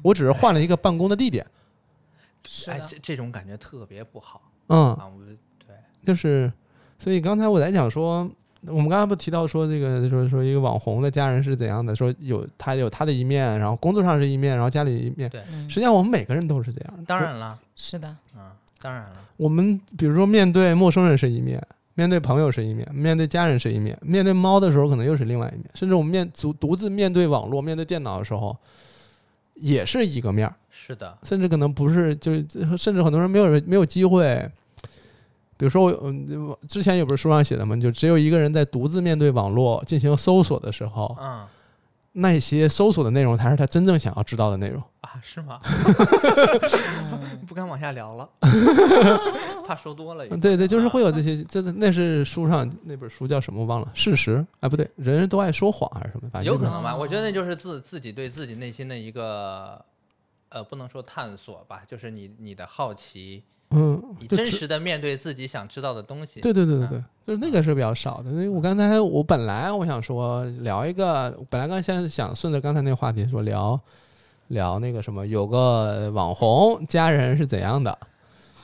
我只是换了一个办公的地点。
是
哎，
的
这，这种感觉特别不好啊
嗯，
啊，我对，
就是，所以刚才我在讲说，我们刚才不提到说这个说说一个网红的家人是怎样的，说有他有他的一面，然后工作上是一面，然后家里一面。
嗯
实，际上我们每个人都是这样的。
当然了，
是的，
嗯，当然了，
我们比如说面对陌生人是一面，面对朋友是一面，面对家人是一面，面对猫的时候可能又是另外一面，甚至我们面独独自面对网络、面对电脑的时候，也是一个面儿，
是的，
甚至可能不是，就是甚至很多人没有没有机会。比如说我，嗯我之前有本书上写的嘛，就只有一个人在独自面对网络进行搜索的时候，
嗯
那些搜索的内容才是他真正想要知道的内容。
啊，是吗？
嗯，
不敢往下聊 了，怕说多了。
嗯，对对，
啊
就是会有这些，真的那是书上那本书叫什么忘了，事实哎不对，人人都爱说谎还是什么，反正
有
就
可
是
能吧？
哦
我觉得那就是自自己对自己内心的一个，呃，不能说探索吧，就是你你的好奇，
嗯
你，
就
真
只
实的面对自己想知道的东西。
对对对对
嗯
对，就是那个是比较少的。因为我刚才我本来我想说聊一个，本来刚先想顺着刚才那个话题说聊聊那个什么，有个网红家人是怎样的。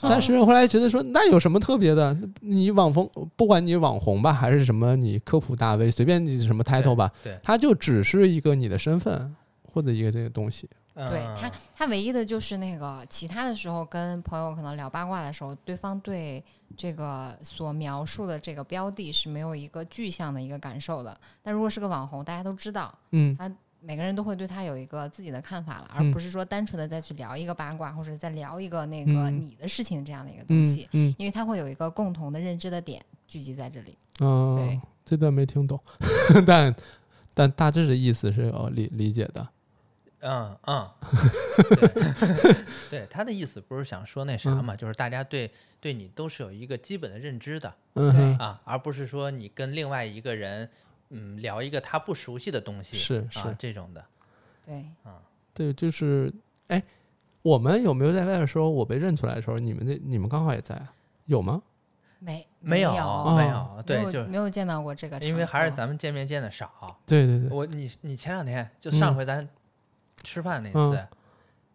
但是后来觉得说，那有什么特别的？你网红，不管你网红吧，还是什么，你科普大 V，随便你什么 title 吧，
对，
它就只是一个你的身份或者一个这个东西。
对
嗯
他，他唯一的就是那个，其他的时候跟朋友可能聊八卦的时候，对方对这个所描述的这个标的是没有一个具象的一个感受的。但如果是个网红，大家都知道，
嗯
每个人都会对他有一个自己的看法了，而
嗯
不是说单纯的再去聊一个八卦，或者再聊一个那个
嗯
你的事情这样的一个东
嗯
西，
嗯
因为他会有一个共同的认知的点聚集在这里。
嗯、
对
这段没听懂， 但但大致的意思是哦理理解的。
嗯嗯，对对，他的意思不是想说那啥嘛，就是大家对对你都是有一个基本的认知的
嗯哼，
啊，而不是说你跟另外一个人，嗯，聊一个他不熟悉的东西，
是
啊
是，
这种的，
对，
对，就是哎，我们有没有在外的时候，我被认出来的时候，你们那你们刚好也在啊，有吗？
没
没
有
哦
没
啊
有，嗯对，
没有
就是
没有见到过这个场合，
因为还是咱们见面见的少。
对对对，
我你你前两天就上
嗯
回咱吃饭那
嗯
次，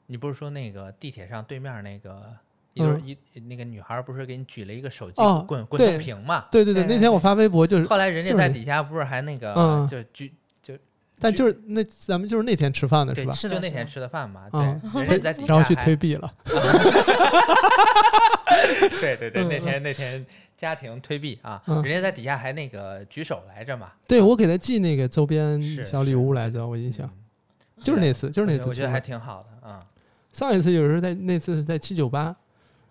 你不是说那个地铁上对面那个一对、
嗯
一那个女孩不是给你举了一个手机、
哦
滚滚
对
动屏嘛？
对对对，
对
那
对
天我发微博就是，
后来人家
就是
在
那
底下不是还那个、
嗯
就举
但就是那咱们就是那天吃饭的是
对，
吧？
是
就
的
那
是
天
的
吃的饭嘛，
嗯
对，人家在底下
然后去
还
推币了，
对对对，
嗯
那
嗯
天那天家庭推币啊，
嗯
人家在底下还那个举手来着嘛，
对我给他寄那个周边
是
小礼
是
物来着，我印象
嗯
就是那次，就是那次出门，
我觉得还挺好的啊，
上一次有时候在那次是在七九八，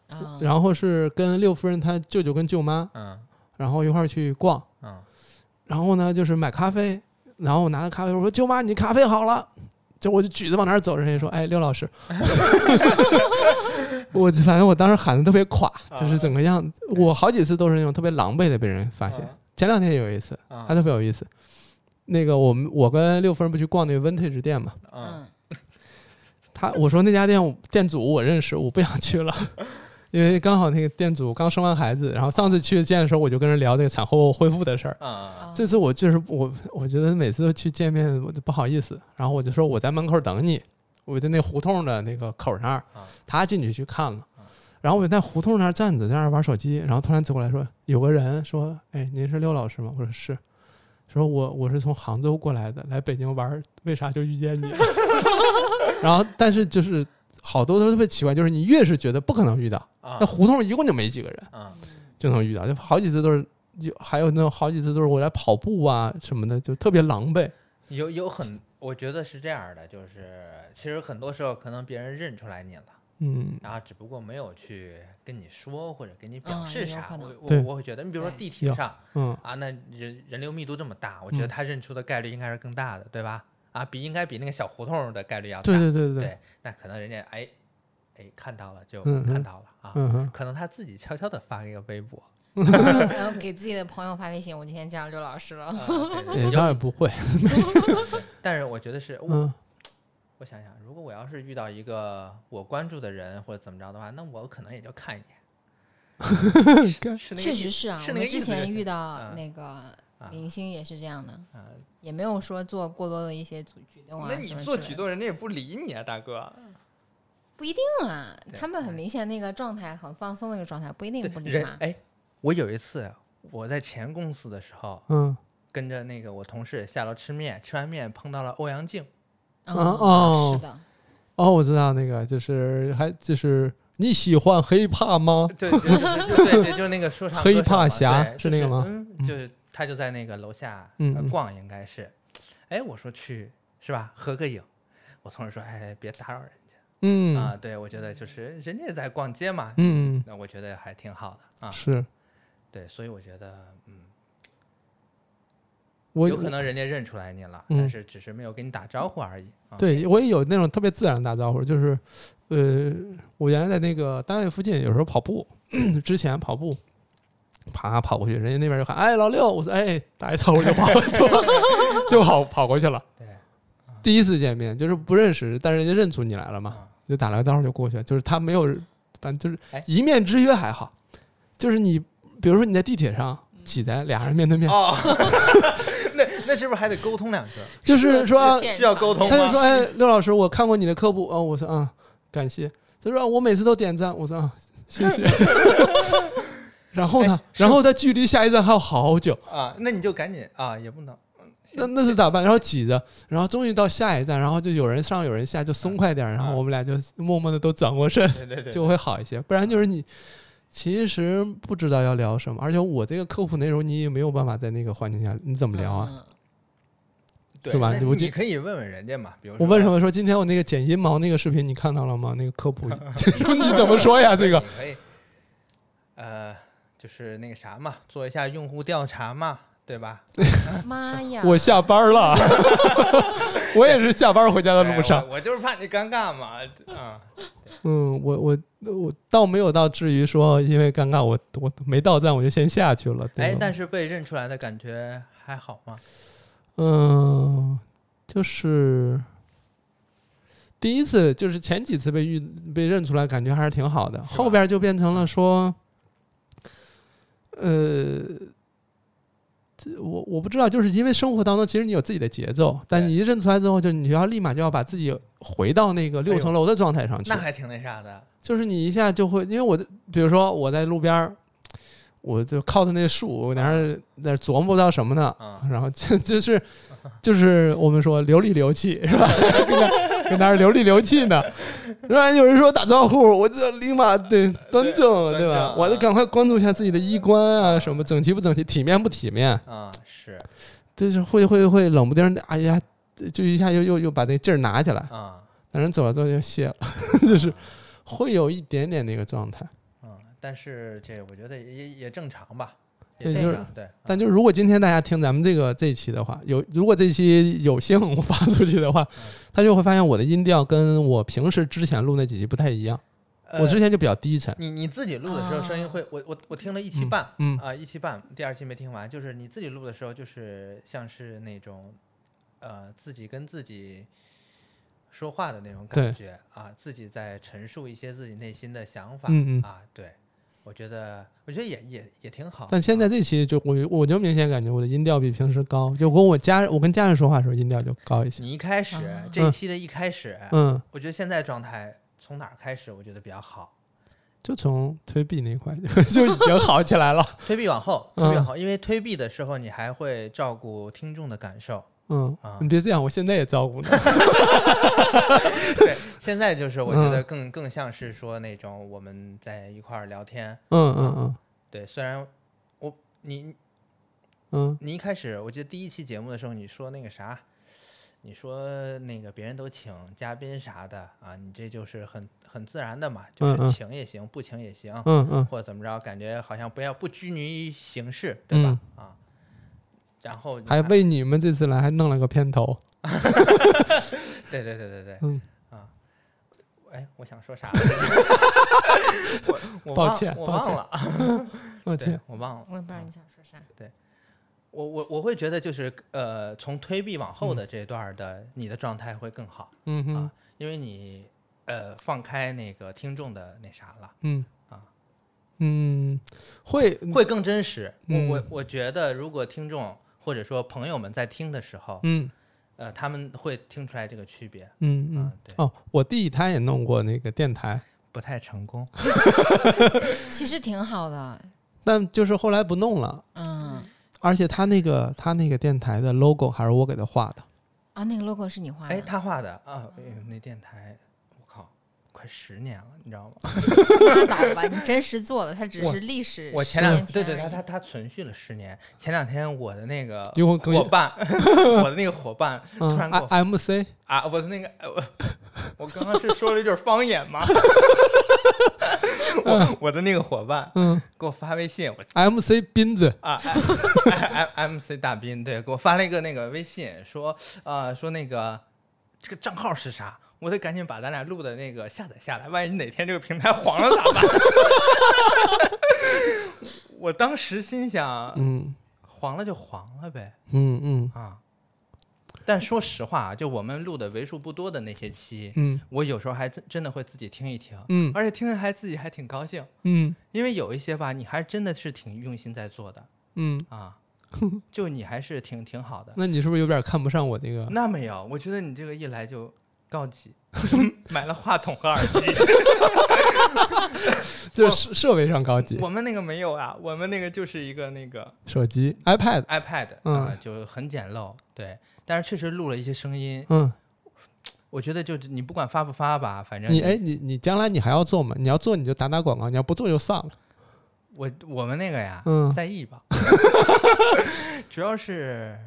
啊，
然后是跟六夫人她舅舅跟舅妈，
嗯
然后一块儿去逛，
嗯
然后呢就是买咖啡，然后我拿着咖啡我说舅妈你咖啡好了，就我就举着往哪儿走，人家说哎刘老师，我反正我当时喊的特别垮，就是整个样子，我好几次都是那种特别狼狈的被人发现
嗯，
前两天也有一次，
嗯
还特别有意思。那个我们我跟六夫人不去逛那个 vintage 店嘛，
嗯，
嗯，
他我说那家店店主我认识，我不想去了，因为刚好那个店主刚生完孩子，然后上次去见的时候我就跟人聊这个产后恢复的事儿。
嗯
这次我就是我，我觉得每次都去见面我都不好意思，然后我就说我在门口等你，我在那胡同的那个口那儿
啊，
他进去去看了，然后我在胡同那儿站着，在那儿玩手机，然后突然走过来说有个人说，哎，您是刘老师吗？我说是，说我我是从杭州过来的，来北京玩，为啥就遇见你了？ 然后但是就是好多都特别奇怪，就是你越是觉得不可能遇到，
啊
那胡同一共就没几个人。
嗯
就能遇到，就好几次都是有，还有那种好几次都是我在跑步啊什么的，就特别狼狈。
有有很，我觉得是这样的，就是其实很多时候可能别人认出来你了，
嗯
然后只不过没有去跟你说或者跟你表
嗯
示
也有
啥，
可能
我
对
我我会觉得，你比如说
对
地铁
有
上
嗯，
啊，那人人流密度这么大，我觉得
嗯
他认出的概率应该是更大的，对吧？啊，比应该比那个小胡同的概率要大，
对对对对，
对那可能人家哎哎看到了就
嗯
看
嗯
到了啊，
嗯哼，
可能他自己悄悄的发一个微 博，
然 后给自己的朋友发微信，我今天见到刘老师了
啊，对对
也当
对有
然不会，
但是我觉得是我、
嗯
我想想，如果我要是遇到一个我关注的人或者怎么着的话，那我可能也就看一 眼。是那个
确
意
实是啊，
是
我
那个
们
意
之
思就
前
行
遇到
嗯
那个
啊
明星也是这样的，
啊
也没有说做过多的一些举举动啊。
那你
什么
做
之类
举
的
动，人家也不理你啊，大哥。
不一定啊
对，
他们很明显那个状态很放松的一个状态，不一定
对
不理
人
他。
哎，我有一次我在前公司的时候，
嗯
跟着那个我同事下楼吃面，吃完面碰到了欧阳靖，
嗯
哦
是的，
哦，我知道那个就是还就是你喜欢 hiphop 吗？
对，就就就就对对，就是那个说唱歌手嘛
黑怕侠
对
是
就
那个吗
嗯，就是他就在那个楼下
嗯
呃
嗯
逛，应该是。哎，我说去是吧，合个影。我同事说，哎，别打扰人
嗯
啊。对，我觉得就是人家也在逛街嘛，
嗯，
那我觉得还挺好的啊。
是
对，所以我觉得，嗯，
我
有可能人家认出来你了，
嗯
但是只是没有跟你打招呼而已。啊、
对我也有那种特别自然的打招呼，就是，呃，我原来在那个单位附近，有时候跑步， 之前跑步，啪跑过去，人家那边就喊：“哎，老六！”我说：“哎，打一招呼就跑 就就跑跑过去了。
对，”
第一次见面就是不认识，但人家认出你来了嘛，
啊
就打了个招呼就过去了，就是他没有，反正就是
哎
一面之约还好，就是你，比如说你在地铁上挤在俩人面对面，
嗯哦， 那那是不是还得沟通两句？
就是说
现
需要
场
沟通
他
吗
就说：“哎，刘老师，我看过你的科普啊、我说：“啊，感谢。”他说啊：“我每次都点赞。”我说：“啊，谢 谢。”然后呢
哎？是
然后他距离下一站还有好久，
啊，那你就赶紧啊，也不能
那那是咋办？然后挤着，然后终于到下一站，然后就有人上有人下，就松快点儿，然后我们俩就默默的都转过身，
对嗯对对，
就会好一些。不然就是你其实不知道要聊什么，而且我这个科普内容你也没有办法在那个环境下，你怎么聊啊？
嗯
对
是吧
那
我
你
记
可以问问人家嘛，比如
我
说
为什么说今天我那个剪阴毛那个视频你看到了吗？那个科 普你怎么说呀？这个
你可以，呃，就是那个啥嘛，做一下用户调查嘛，对吧？
嗯妈呀！
我下班了，我也呃是啊下班回家的
哎
路上
我。我就是怕你尴尬嘛，啊，
嗯，我我我倒没有到至于说因为尴尬，我我没到站我就先下去了。对
哎
吧，
但是被认出来的感觉还好吗？
嗯，就是第一次，就是前几次被遇被认出来，感觉还是挺好的。
是吧
后边就变成了说，呃，这我我不知道，就是因为生活当中其实你有自己的节奏，但
对
你一认出来之后，就你就要立马就要把自己回到那个
哎
六
呦
层楼的状态上去。
那还挺那啥的，
就是你一下就会，因为我的比如说我在路边儿，我就靠着那树，我在那儿在那儿琢磨不到什么呢，
啊
然后就就是就是我们说流里流气是吧？ 跟那跟那儿流里流气呢，然后有人说打招呼，我就立马得端正，对
对端正
吧
啊？
我得赶快关注一下自己的衣冠啊，什么整齐不整齐，体面不体面，
啊，是
就是会会会冷不丁的，哎呀，就一下又又又把那劲儿拿起来，
啊
但人走了之后就歇了， 就是会有一点点那个状态。
啊，但是这我觉得也也正常吧，
对
也正
就是
常，对，
但
啊
就是如果今天大家听咱们这个这一期的话，有如果这一期有幸我发出去的话，
嗯
他就会发现我的音调跟我平时之前录那几集不太一样。
呃哦
我之前就比较低沉，
你你自己录的时候声音会，我我我听了一期半，
嗯
啊，一期半，第二期没听完，就是你自己录的时候，就是像是那种，呃，自己跟自己说话的那种
对
感觉啊，自己在陈述一些自己内心的想法，
嗯嗯
啊，对，我觉得我觉得也也也挺好。
但现在
啊
这期就我我就明显感觉我的音调比平时高，就跟我家人我跟家人说话的时候音调就高一些。
你一开始、
啊
这一期的一开始，
嗯，
我觉得现在状态从哪儿开始，我觉得比较好。
就从推币那块就已经好起来了。
推币往后，推
嗯
币往后，因为推币的时候你还会照顾听众的感受。
嗯
啊，
你别这样，我现在也照顾呢。
对，现在就是我
嗯
觉得更更像是说那种我们在一块儿聊天。
嗯嗯嗯
对，虽然我你
嗯
你一开始我记得第一期节目的时候你说那个啥，你说那个别人都请嘉宾啥的啊，你这就是很很自然的嘛，就
嗯嗯
是请也行，不请也行，
嗯嗯，
或者怎么着，感觉好像不要不拘泥于形式，对吧？啊，然后你
嗯还为你们这次来还弄了个片头。
对对对对对，
嗯
啊，哎，我想说啥 我我
抱
忘
歉
我
抱
忘
歉
了。
我
对啊
天，，
我忘了。
我也不知道你想说啥。
我我我会觉得就是呃，从推币往后的这段儿的，你的状态会更好，
嗯哼
啊，因为你呃放开那个听众的那啥了，
嗯
啊
嗯，会
会更真实。我我
嗯
我觉得如果听众或者说朋友们在听的时候，
嗯。
呃，他们会听出来这个区别，
嗯嗯
啊，对
哦，我弟他也弄过那个电台，
不太成功。
其实挺好的，
但就是后来不弄了，
嗯
而且他那个他那个电台的 logo 还是我给他画的，
啊，那个 logo 是你画的？
哎，他画的啊，哎呦那电台，我靠，快十年了，你知道吗？
拉倒吧，你真实做的，它只
我
是历史。
我前两对
天
对，
而
他他
已
他存续了十年。前两天我的那个
因为我可以
伙 伴，我的那个伙伴
嗯
突然给我
，I M C
啊，我的那个，我我刚刚是说了一句方言 吗？我我的那个伙伴
嗯
给我发微信，我
，I M C 斌子，
啊，M M C 大斌对，给我发了一个那个微信，说呃说那个这个账号是啥？我得赶紧把咱俩录的那个下载下来，万一哪天这个平台黄了咋办？ 我当时心想，
嗯
黄了就黄了呗
嗯嗯
啊！但说实话啊，就我们录的为数不多的那些期，
嗯
我有时候还真真的会自己听一听，
嗯
而且听着还自己还挺高兴，
嗯
因为有一些吧，你还真的是挺用心在做的
嗯，
啊，就你还是挺挺好的。
那你是不是有点看不上我这个？
那没有，我觉得你这个一来就告急， 买了话筒和耳机。
就是设设备上高级，
我们那个没有啊，我们那个就是一个那个
手机 iPad，
iPad 啊、
嗯
就很简陋，对。但是确实录了一些声音，
嗯，
我觉得就你不管发不发吧，反正
你哎你你将来你还要做吗？你要做你就打打广告，你要不做就算了。
我我们那个呀，
嗯
在 意吧，主要是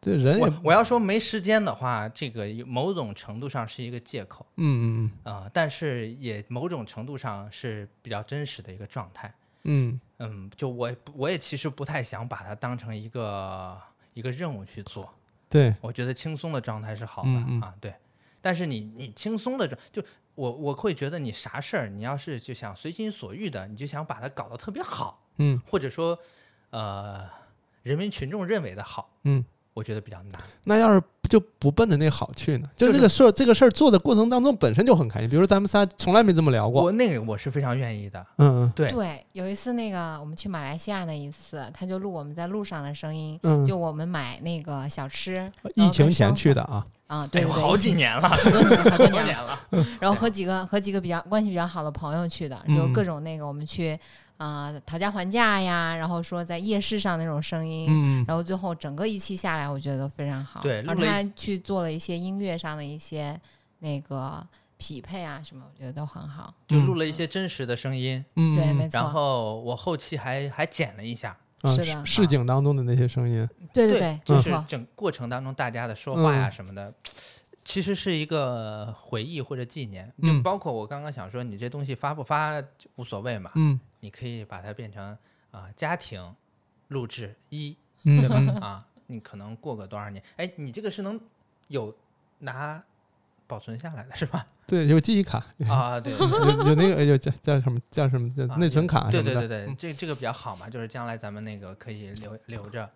这人也嗯
我我要说没时间的话，这个有某种程度上是一个借口
嗯嗯
啊、但是也某种程度上是比较真实的一个状态。
嗯
嗯，就我也不我也其实不太想把它当成一个一个任务去做，
对，
我觉得轻松的状态是好的、
嗯嗯
啊，对。但是你你轻松的状就我我会觉得你啥事儿，你要是就想随心所欲的，你就想把它搞得特别好，
嗯
或者说呃人民群众认为的好，
嗯，
我觉得比较难。
那要是就不奔着那好去呢？就
就是
这个事儿，这个事儿做的过程当中本身就很开心。比如咱们仨从来没这么聊过，
我那个我是非常愿意的，
嗯嗯
对
对，有一次那个我们去马来西亚那一次，他就录我们在路上的声音，
嗯，
就我们买那个小吃，
疫情前去的啊，
啊，
哎
对
呦，
对对，
好几年了，
好多年了，好多
多
年 了。
年了，
然后和几个和几个比较关系比较好的朋友去的，就
嗯
各种那个我们去啊、呃讨价还价呀，然后说在夜市上那种声音。
嗯
然后最后整个一期下来，我觉得都非常好。
对
而
录了
他去做了一些音乐上的一些那个匹配啊什么，我觉得都很好。
就录了一些真实的声音，
嗯，
对，没
然
错，
后我后期还还剪了一下，
嗯
是的啊
市井当中的那些声音，
对
对
对，
就
没
是
错，
整过程当中大家的说话呀、
嗯
什么的，其实是一个回忆或者纪念。
嗯
就包括我刚刚想说，你这东西发不发就无所谓嘛，
嗯
你可以把它变成啊、家庭录制一，对
嗯
吧？
嗯
啊，你可能过个多少年，哎，你这个是能有拿保存下来的是吧？
对，有记忆卡，
啊，对。
有有那个哎有叫叫什么叫什么叫
啊
内存卡
对
什么
对对
的，嗯
对，这这个比较好嘛，就是将来咱们那个可以留留着。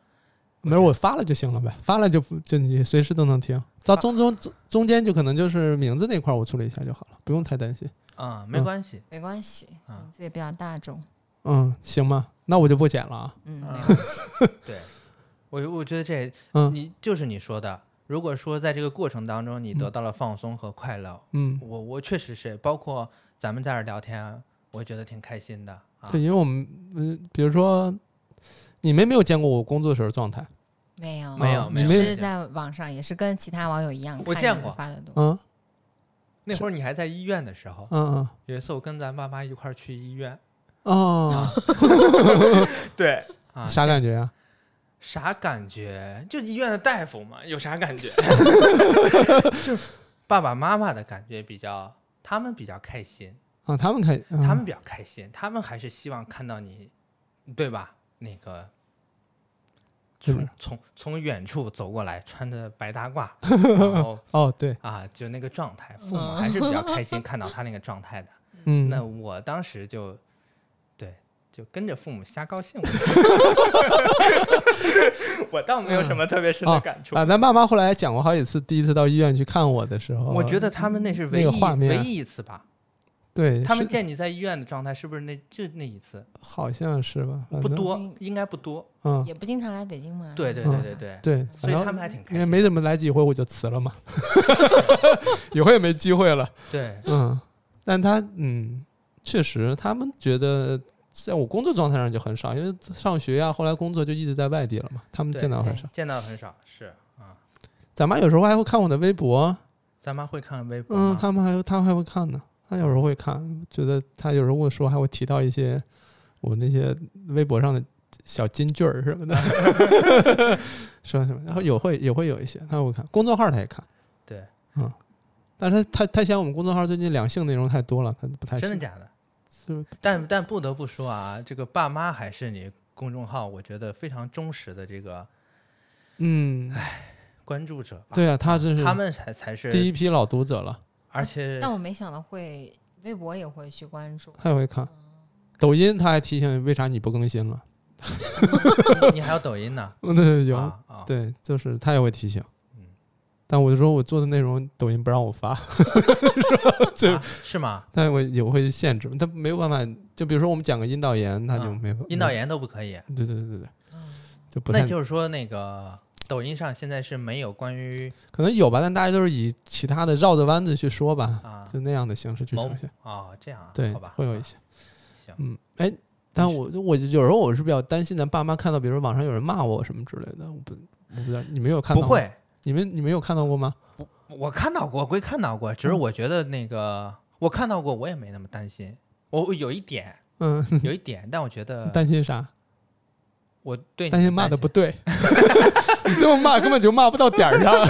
没事，我发了就行了呗，发了就不就你随时都能听。到
发
中中中中间就可能就是名字那块儿我处理一下就好了，不用太担心。
啊、没
嗯
关系，
没关系，
啊
名字也比较大众，
嗯，行吧，那我就不剪了啊。
嗯，
啊
没关系，
对，我我觉得这
嗯
你就是你说的，如果说在这个过程当中你得到了放松和快乐，
嗯，
我我确实是，包括咱们在这儿聊天，啊我觉得挺开心的啊
对，。因为我们嗯、比如说你们没有见过我工作时候状态，
没有
没有
啊
没
只
有，
你没
是在网上，也是跟其他网友一样，
我
看
见
你们
过
发的东西。
嗯
那会儿你还在医院的时候，
嗯
有一次我跟咱爸妈一块儿去 医院，
嗯哦，
对啊，
啥感觉啊？
啥感觉？就医院的大夫嘛，有啥感觉？ 就是爸爸妈妈的感觉比较，他们比较开心。
啊，他们开，嗯
他们比较开心，他们还是希望看到你，对吧？那个
是
从
吧
从从远处走过来，穿着白大 褂，然后
哦对，
啊，就那个状态，父母还是比较开心看到他那个状 态的。
嗯，
那我当时就对，就跟着父母瞎高兴， 我倒没有什么特别深
哦
的感触。
啊，咱爸妈后来讲过好几次，第一次到医院去看我的时候，
我觉得他们那是唯
那
一
个画
唯
面
一一次吧，
对，
他们
是
见你在医院的状态是不是那就那一次？
好像是吧，反
不
正
多
嗯，
应该不多。
嗯，
也不经常来北京嘛。
对对
嗯
对对对，
对，
所
反
以
正
他们还挺开
因为
心。
没怎么来几回，我就辞 了嘛，以后也没机会了。
对，
嗯，但他嗯，确实，他们觉得在我工作状态上就很少，因为上学呀、后来工作就一直在外地了嘛，他们
对
见到很
对
少。
见到很少，是啊，
咱妈有时候还会看我的微博，
咱妈会看微博
嗯，
吗
他们还有他们还会看呢，他有时候会看，觉得他有时候跟我说还会提到一些我那些微博上的小金句儿什么的，说什么，然后有会也会有一些，他会看公众号他也看，
对，
嗯，但是他他他嫌我们公众号最近两性内容太多了，他不太
真的
喜
假的？
是
但但不得不说啊，这个爸妈还是你公众号，我觉得非常忠实的这个
嗯，
关注者吧。
对啊，他真是
他们才才是
第一批老读者了，
而且
但我没想到会微博也会去关注，
他也会看，抖音他还提醒为啥你不更新了，
你你还有抖音呢，
嗯，对， 有
啊啊，
对，就是他也会提醒
嗯。
但我就说我做的内容，抖音不让我发，对
啊是吗？
但我也会限制，他没有办法。就比如说我们讲个阴道炎，他就
嗯
没法。
阴道，炎都不可以，
对对对对对，
嗯，
就 不
那
太
就是说那个抖音上现在是没有关于
可能有吧，但大家都是以其他的绕着弯子去说吧，
啊
就那样的形式去
某
呈现。
哦这样啊，
对
好吧，，
会有
啊
一些，
行，
嗯，哎，但我我有时候我是比较担心咱爸妈看到，比如说网上有人骂我什么之类的，我不我不知道你们有看到
不
吗，
会，
你们你们有看到过吗？
我看到过归看到过，只是
嗯
我觉得那个我看到过，我也没那么担心，我我有 一点
嗯，
有一点，但我觉得
担心啥？
我呃对你
担心骂的不 对，你这么骂根本就骂不到点儿上。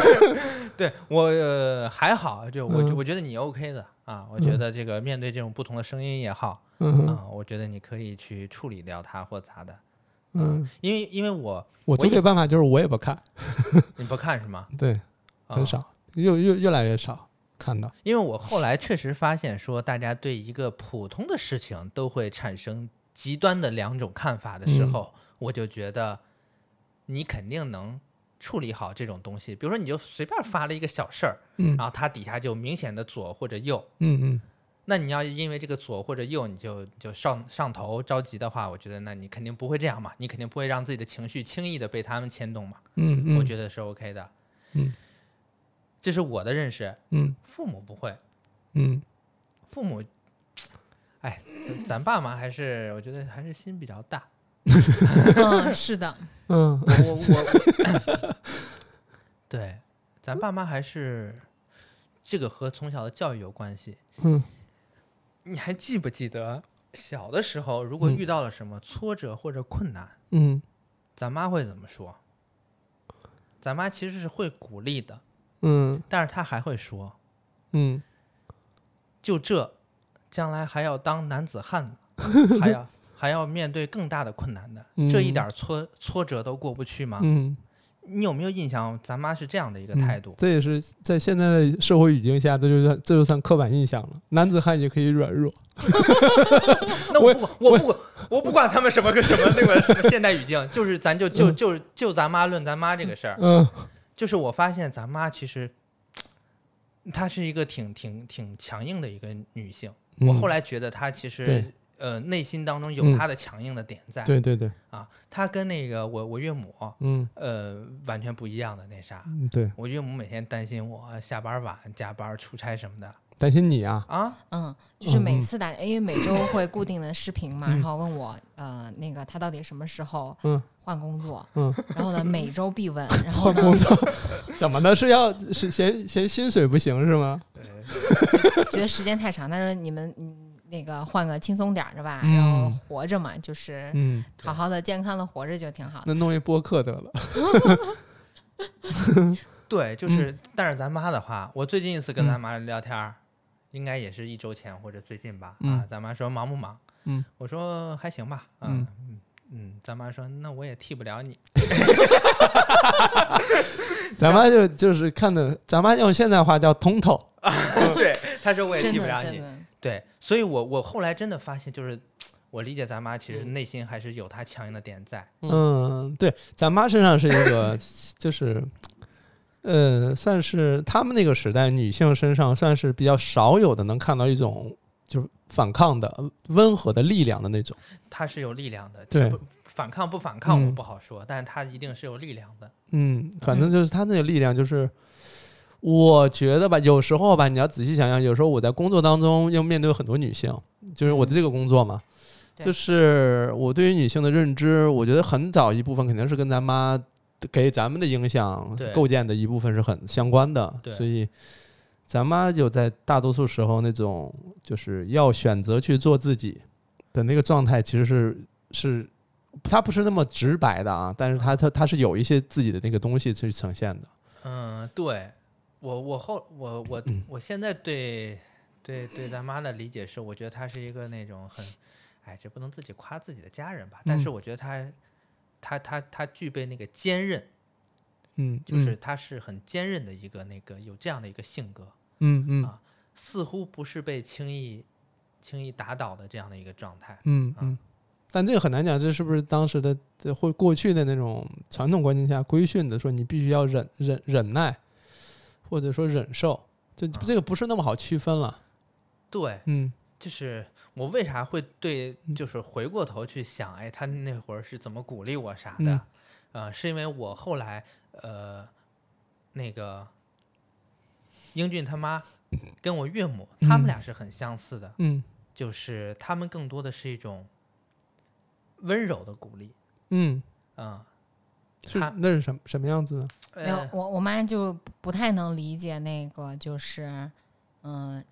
对我、呃还好，就我、
嗯
我觉得你 OK 的啊，我觉得这个面对这种不同的声音也好、
嗯
啊，我觉得你可以去处理掉它或咋的，
嗯，
因为因为我
我最
也
对办法就是我也不看，
你不看是吗？
对，
啊
很少，越越越来越少看到。
因为我后来确实发现说，大家对一个普通的事情都会产生极端的两种看法的时
嗯
候，我就觉得你肯定能处理好这种东西。比如说，你就随便发了一个小事儿，
嗯
然后它底下就明显的左或者右。
嗯嗯，
那你要因为这个左或者右你就就上上头着急的话，我觉得那你肯定不会这样嘛，你肯定不会让自己的情绪轻易的被他们牵动嘛，
嗯嗯，
我觉得是 OK 的。
嗯，
这是我的认识，
嗯
父母不会，
嗯
父母，哎，咱咱爸妈还是我觉得还是心比较大。
嗯，是的，
嗯
我我我， 对，咱爸妈还是这个和从小的教育有关系。
嗯，
你还记不记得小的时候，如果
嗯
遇到了什么挫折或者困难，
嗯
咱妈会怎么说？咱妈其实是会鼓励的，
嗯
但是她还会说
嗯，：“
就这，将来还要当男子汉呢，还要还要面对更大的困难的，这一
嗯
点儿挫挫折都过不去吗？”
嗯，
你有没有印象？咱妈是这样的一个
嗯
态度，
这也是在现在的社会语境下，这就算这就算刻板印象了。男子汉也可以软弱。
那
我
我不管，我不管，我不管他们什么个什么那个什么现代语境，就是咱就就就就咱妈论咱妈这个事儿，
嗯
就是我发现咱妈其实，她是一个挺挺挺强硬的一个女性。我后
来
来觉得她其实
嗯对
呃内心当中
嗯
有她的强硬的点在
对对对，
啊，她跟那个我我岳母
嗯
呃完全不一样的那啥。
嗯对，
我岳母每天担心我下班晚、加班、出差什么的
担心你啊，
啊，
嗯，就是
嗯
每
嗯
次打，因为每周会固定的视频嘛，
嗯
然后问我，呃，那个他到底什么时候
嗯
换工作？
嗯，
然后呢，每周 必问，然后
换
呢，
工作 怎么的？是要是嫌嫌薪水不行是吗？
觉得时间太长，他说你们嗯那个换个轻松点儿的吧，
嗯
然后活着嘛，就是
嗯，
好好的、健康的活着就挺
啊
好的。
那弄一播客得 了。
对，就是，但是咱妈的话，我最近一次跟咱妈聊天儿，应该也是一周前或者最近吧。
嗯
啊，咱妈说忙不忙？
嗯，
我说还行吧。啊
嗯
嗯嗯，咱妈说那我也替不了你。
咱妈就就是看的，咱妈用现在话叫通透。
对， 她说我也
真
替不
的
了
真
你。
的，
对，所以我我后来真的发现，就是我理解咱妈其实内心还是有她强硬的点在。
嗯，对，咱妈身上是一个，就是，呃，算是他们那个时代女性身上算是比较少有的能看到一种就是反抗的温和的力量的那种。
她是有力量的。
对
不，反抗不反抗我
嗯
不好说，但是她一定是有力量的。
嗯，反正就是她那个力量，就是我觉得吧，有时候吧，你要仔细想想，有时候我在工作当中要面对很多女性，就是我的这个工作嘛，
对
就是我对于女性的认知，我觉得很早一部分肯定是跟咱妈给咱们的影响
对
构建的一部分是很相关的，
对
所以咱妈就在大多数时候那种就是要选择去做自己的那个状态，其实是是。她不是那么直白的啊，但是她她她是有一些自己的那个东西去呈现的。
嗯，对我我后我我
嗯
我现在对对对咱妈的理解是，我觉得她是一个那种很，哎，这不能自己夸自己的家人吧？但是
嗯
我觉得她她她她具备那个坚韧，
嗯，
就是她是很坚韧的一个那个有这样的一个性格，
嗯嗯嗯
啊似乎不是被轻易轻易打倒的这样的一个状态。
嗯嗯，但这个很难讲，这是不是当时的这或过去的那种传统观念下规训的，说你必须要忍忍忍耐，或者说忍受，这
啊
这个不是那么好区分了。
对，
嗯
就是我为啥会对
嗯，
就是回过头去想，哎，他那会儿是怎么鼓励我啥的？
嗯
呃，是因为我后来呃，那个英俊他妈跟我岳母，他
嗯
们俩是很相似的，
嗯
就是他们更多的是一种温柔的鼓励，
嗯，
嗯，
是
他
那是什么什么样子呢？
没有
呃，
我我妈就不不太能理解那个，就是，嗯、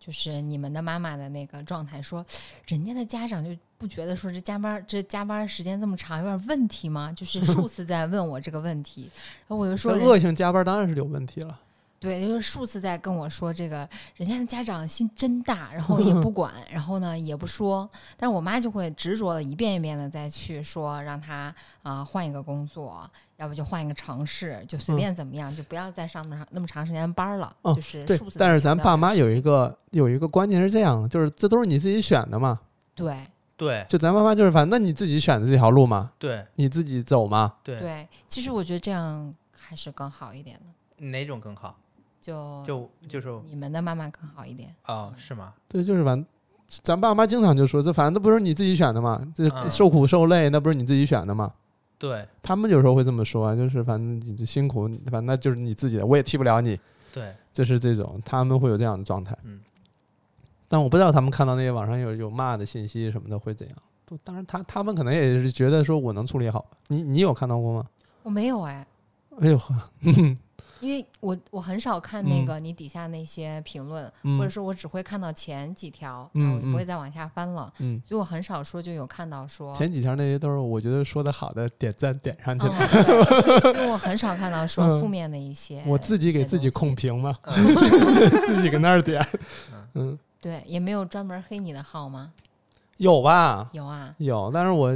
就是你们的妈妈的那个状态，说人家的家长就不觉得说这加班这加班时间这么长有点问题吗？就是数次在问我这个问题，然后我 就说
那
人
恶性加班当然是有问题了。
对，就是数次在跟我说这个，人家的家长心真大，然后 也不管，然后呢也不说，但是我妈就会执着的一遍一遍的再去说，让他啊、换一个工作，要不就换一个城市，就随
嗯
便怎么样，就不要再上那么长那么长时间班儿了。
哦
就是
对
呃数次，地
但是咱
强调
爸
这个
妈
事
有一
情
个有一个观念是这样的，就是这都是你自己选的嘛。
对
对
就咱爸妈就是反正你自己选的这条路嘛，
对
你自己走嘛。
对，
对，其实我觉得这样还是更好一点的，
哪种更好？
就
就就是
你们的妈妈更好一点。
哦，是吗？
对，就是反，咱爸妈经常就说，这反正都不是你自己选的嘛，这
嗯
受苦受累那不是你自己选的嘛。
对
他们有时候会这么说啊，就是反正你辛苦，反正那就是你自己的，我也替不了你，
对，
就是这种，他们会有这样的状态。
嗯，
但我不知道他们看到那些网上有有骂的信息什么的会怎样。都当然他，他们可能也是觉得说我能处理好。你你有看到过吗？
我没有哎，
哎呦，
因为我我很少看那
嗯
个你底下那些评论，或者
嗯
说我只会看到前几条，
嗯
然后我就不
嗯
会再往下翻了，
嗯，
所以我很少说就有看到说。
前几条那些都是我觉得说的好的点赞点上
嗯，
去了，
对所以所以我很少看到说
嗯
负面的一些，
我自己
一
给
些
自己
东西
控评嘛，
嗯
自己搁那儿点，嗯，
对，也没有专门黑你的号吗？
有吧？
有啊，
有，但是我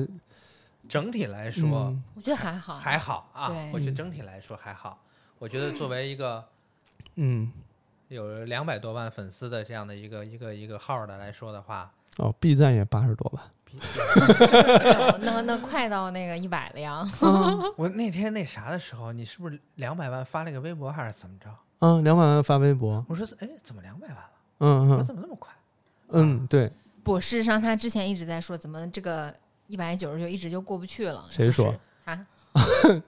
整体来说。
嗯
我觉得还好，
还好啊
对，
我觉得
嗯
整体来说还好。我觉得作为一个
嗯
有两百多万粉丝的这样的一个一个一个号儿的来说的话，
哦，B 站也八十多吧，
没有那那快到那个一百了呀，
我那天那啥的时候，你是不是两百万发了个微博还是怎么着？
嗯，两百万发微博，
我说哎，怎么两百万了？我
嗯
说
嗯
怎么这么快？
嗯，对，
不，事实上他之前一直在说怎么这个一百九十九一直就过不去了，
谁
就
说
是他？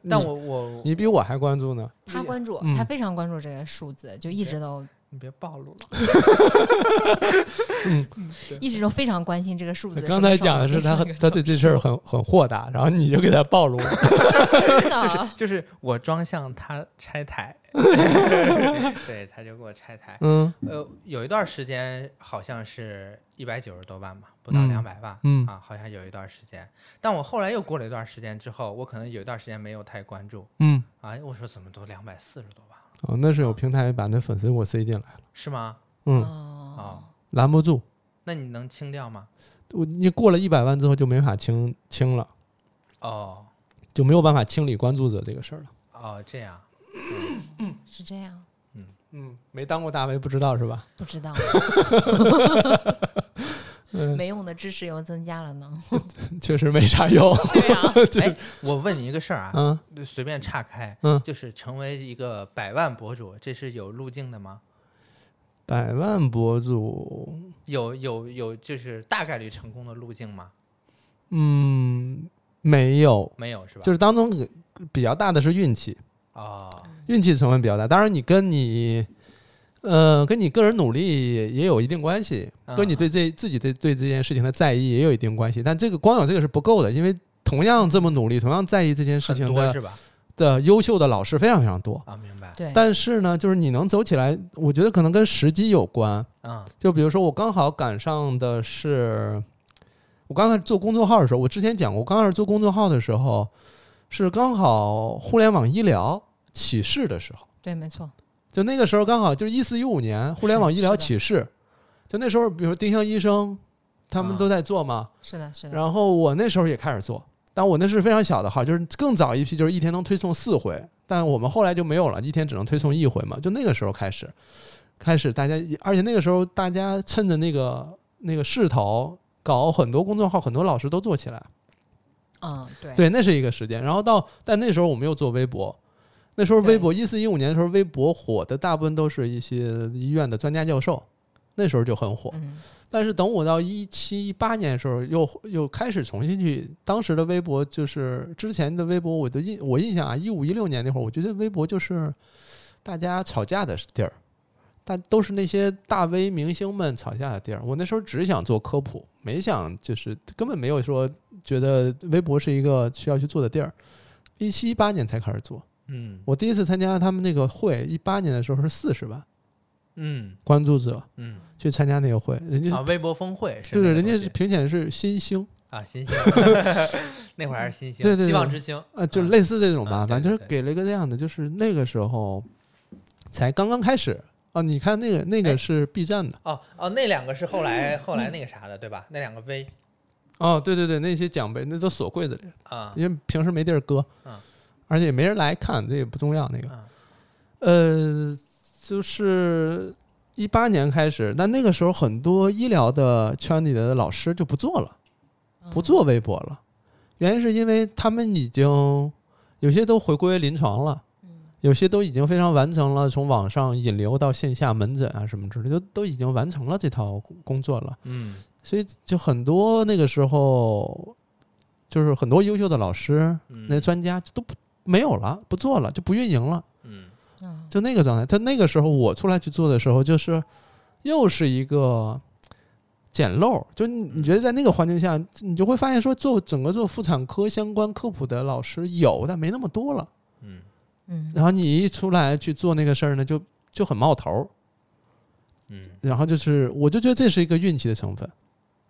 但
你
我我
你比我还关注呢，
他关注，
嗯
他非常关注这个数字，就一直都
你别暴露了，
一直都非常关心这个数字。
刚才讲的是他他对这事儿
儿
很很豁达，然后你就给他暴露了，
真的
就是就是我装像他拆台，对，他就给我拆台。
嗯
呃，有一段时间好像是一百九十多万吧，不到
嗯
两百万。
嗯
啊，好像有一段时间，但我后来又过了一段时间之后，我可能有一段时间没有太关注
嗯，
啊。我说怎么都两百四十多万了，
哦，那是有平台把那粉丝给我塞进来了，
是吗？
嗯，
哦，
啊，
拦不住，
那你能清掉吗？
我你过了一百万之后就没法清清了，
哦
就没有办法清理关注者这个事儿了，
哦，这样，
是这样，
嗯，没当过大 V 不知道是吧？
不知道。
嗯
没用的知识又增加了 呢。
确实没啥 用，啊
对啊呀，
哎，我问你一个事儿啊，
嗯
就随便岔开，
嗯
就是成为一个百万博主，这是有路径的吗？
百万博主，
有有有，就是大概率成功的路径吗？
嗯，没有，
没有是吧？
就是是当中比较大的是运气，
哦，
运气成分比较大。当然，你跟你呃，跟你个人努力也也有一定关系，
啊
跟你对这自己对对这件事情的在意也有一定关系。但这个光有这个是不够的，因为同样这么努力，同样在意这件事
很
情
多
的
是吧？
的优秀的老师非常非常多。
啊，明白。
对，
但是呢，就是你能走起来，我觉得可能跟时机有关。
啊
就比如说，我刚好赶上的是，我刚开始做公众号的时候，我之前讲过，我刚开始做公众号的时候，是刚好互联网医疗起势的时候。
对，没错，
就那个时候刚好就是一四一五年互联网医疗
是
起势，就那时候，比如说丁香医生他们
啊
都在做嘛，
是的，是的，
然后我那时候也开始做，但我那是非常小的号，就是更早一批，就是一天能推送四回，但我们后来就没有了，一天只能推送一回嘛，就那个时候开始，开始大家，而且那个时候大家趁着那个那个势头，搞很多公众号，很多老师都做起来。
嗯，对，
对，那是一个时间。然后到但那时候我们又做微博，那时候微博一四一五年的时候，微博火的大部分都是一些医院的专家教授，那时候就很火。
嗯，
但是等我到一七一八年的时候，又又开始重新去当时的微博，就是之前的微博，我的印我印象啊，一五一六年那会儿，我觉得微博就是大家吵架的地儿，但都是那些大 V 明星们吵架的地儿。我那时候只想做科普，没想就是根本没有说觉得微博是一个需要去做的地儿。一七一八年才开始做，
嗯
我第一次参加他们那个会，一八年的时候是四十万
嗯
关注者
嗯
去参加那个会，人家
啊，微博峰会是
对对，
那个
人
东
家
西
是评选是新星，
啊，新星那会儿 还是新星，
对对对
希望之星
呃，就
啊
类似这种吧，
啊对
反正就
对
是
对
给了一个这样的，就是那个时候才刚刚开始啊。你看那个那
哎
个是 B 站的
哦哦，那两个是后来后来那个啥的，对吧？那两个 V
哦，对对对，那些奖杯那都锁柜子里了，
啊
因为平时没地儿搁
啊，
而且也没人来看，这也不重要那个。
啊
呃，就是一八年开始，那那个时候很多医疗的圈里的老师就不做了。不
嗯，
做微博了，原因是因为他们已经有些都回归临床了，
嗯
有些都已经非常完成了从网上引流到线下门诊啊什么之类的，都都已经完成了这套工工作了，
嗯
所以就很多那个时候就是很多优秀的老师、
嗯
那些专家都不没有了，不做了，就不运营了。
嗯
嗯，
就那个状态。他那个时候我出来去做的时候，就是又是一个捡漏，就你你觉得在那个环境下，你就会发现说做整个做妇产科相关科普的老师有，但没那么多了。
嗯
嗯，
然后你一出来去做那个事儿呢，就就很冒头儿。
嗯
然后就是，我就觉得这是一个运气的成分，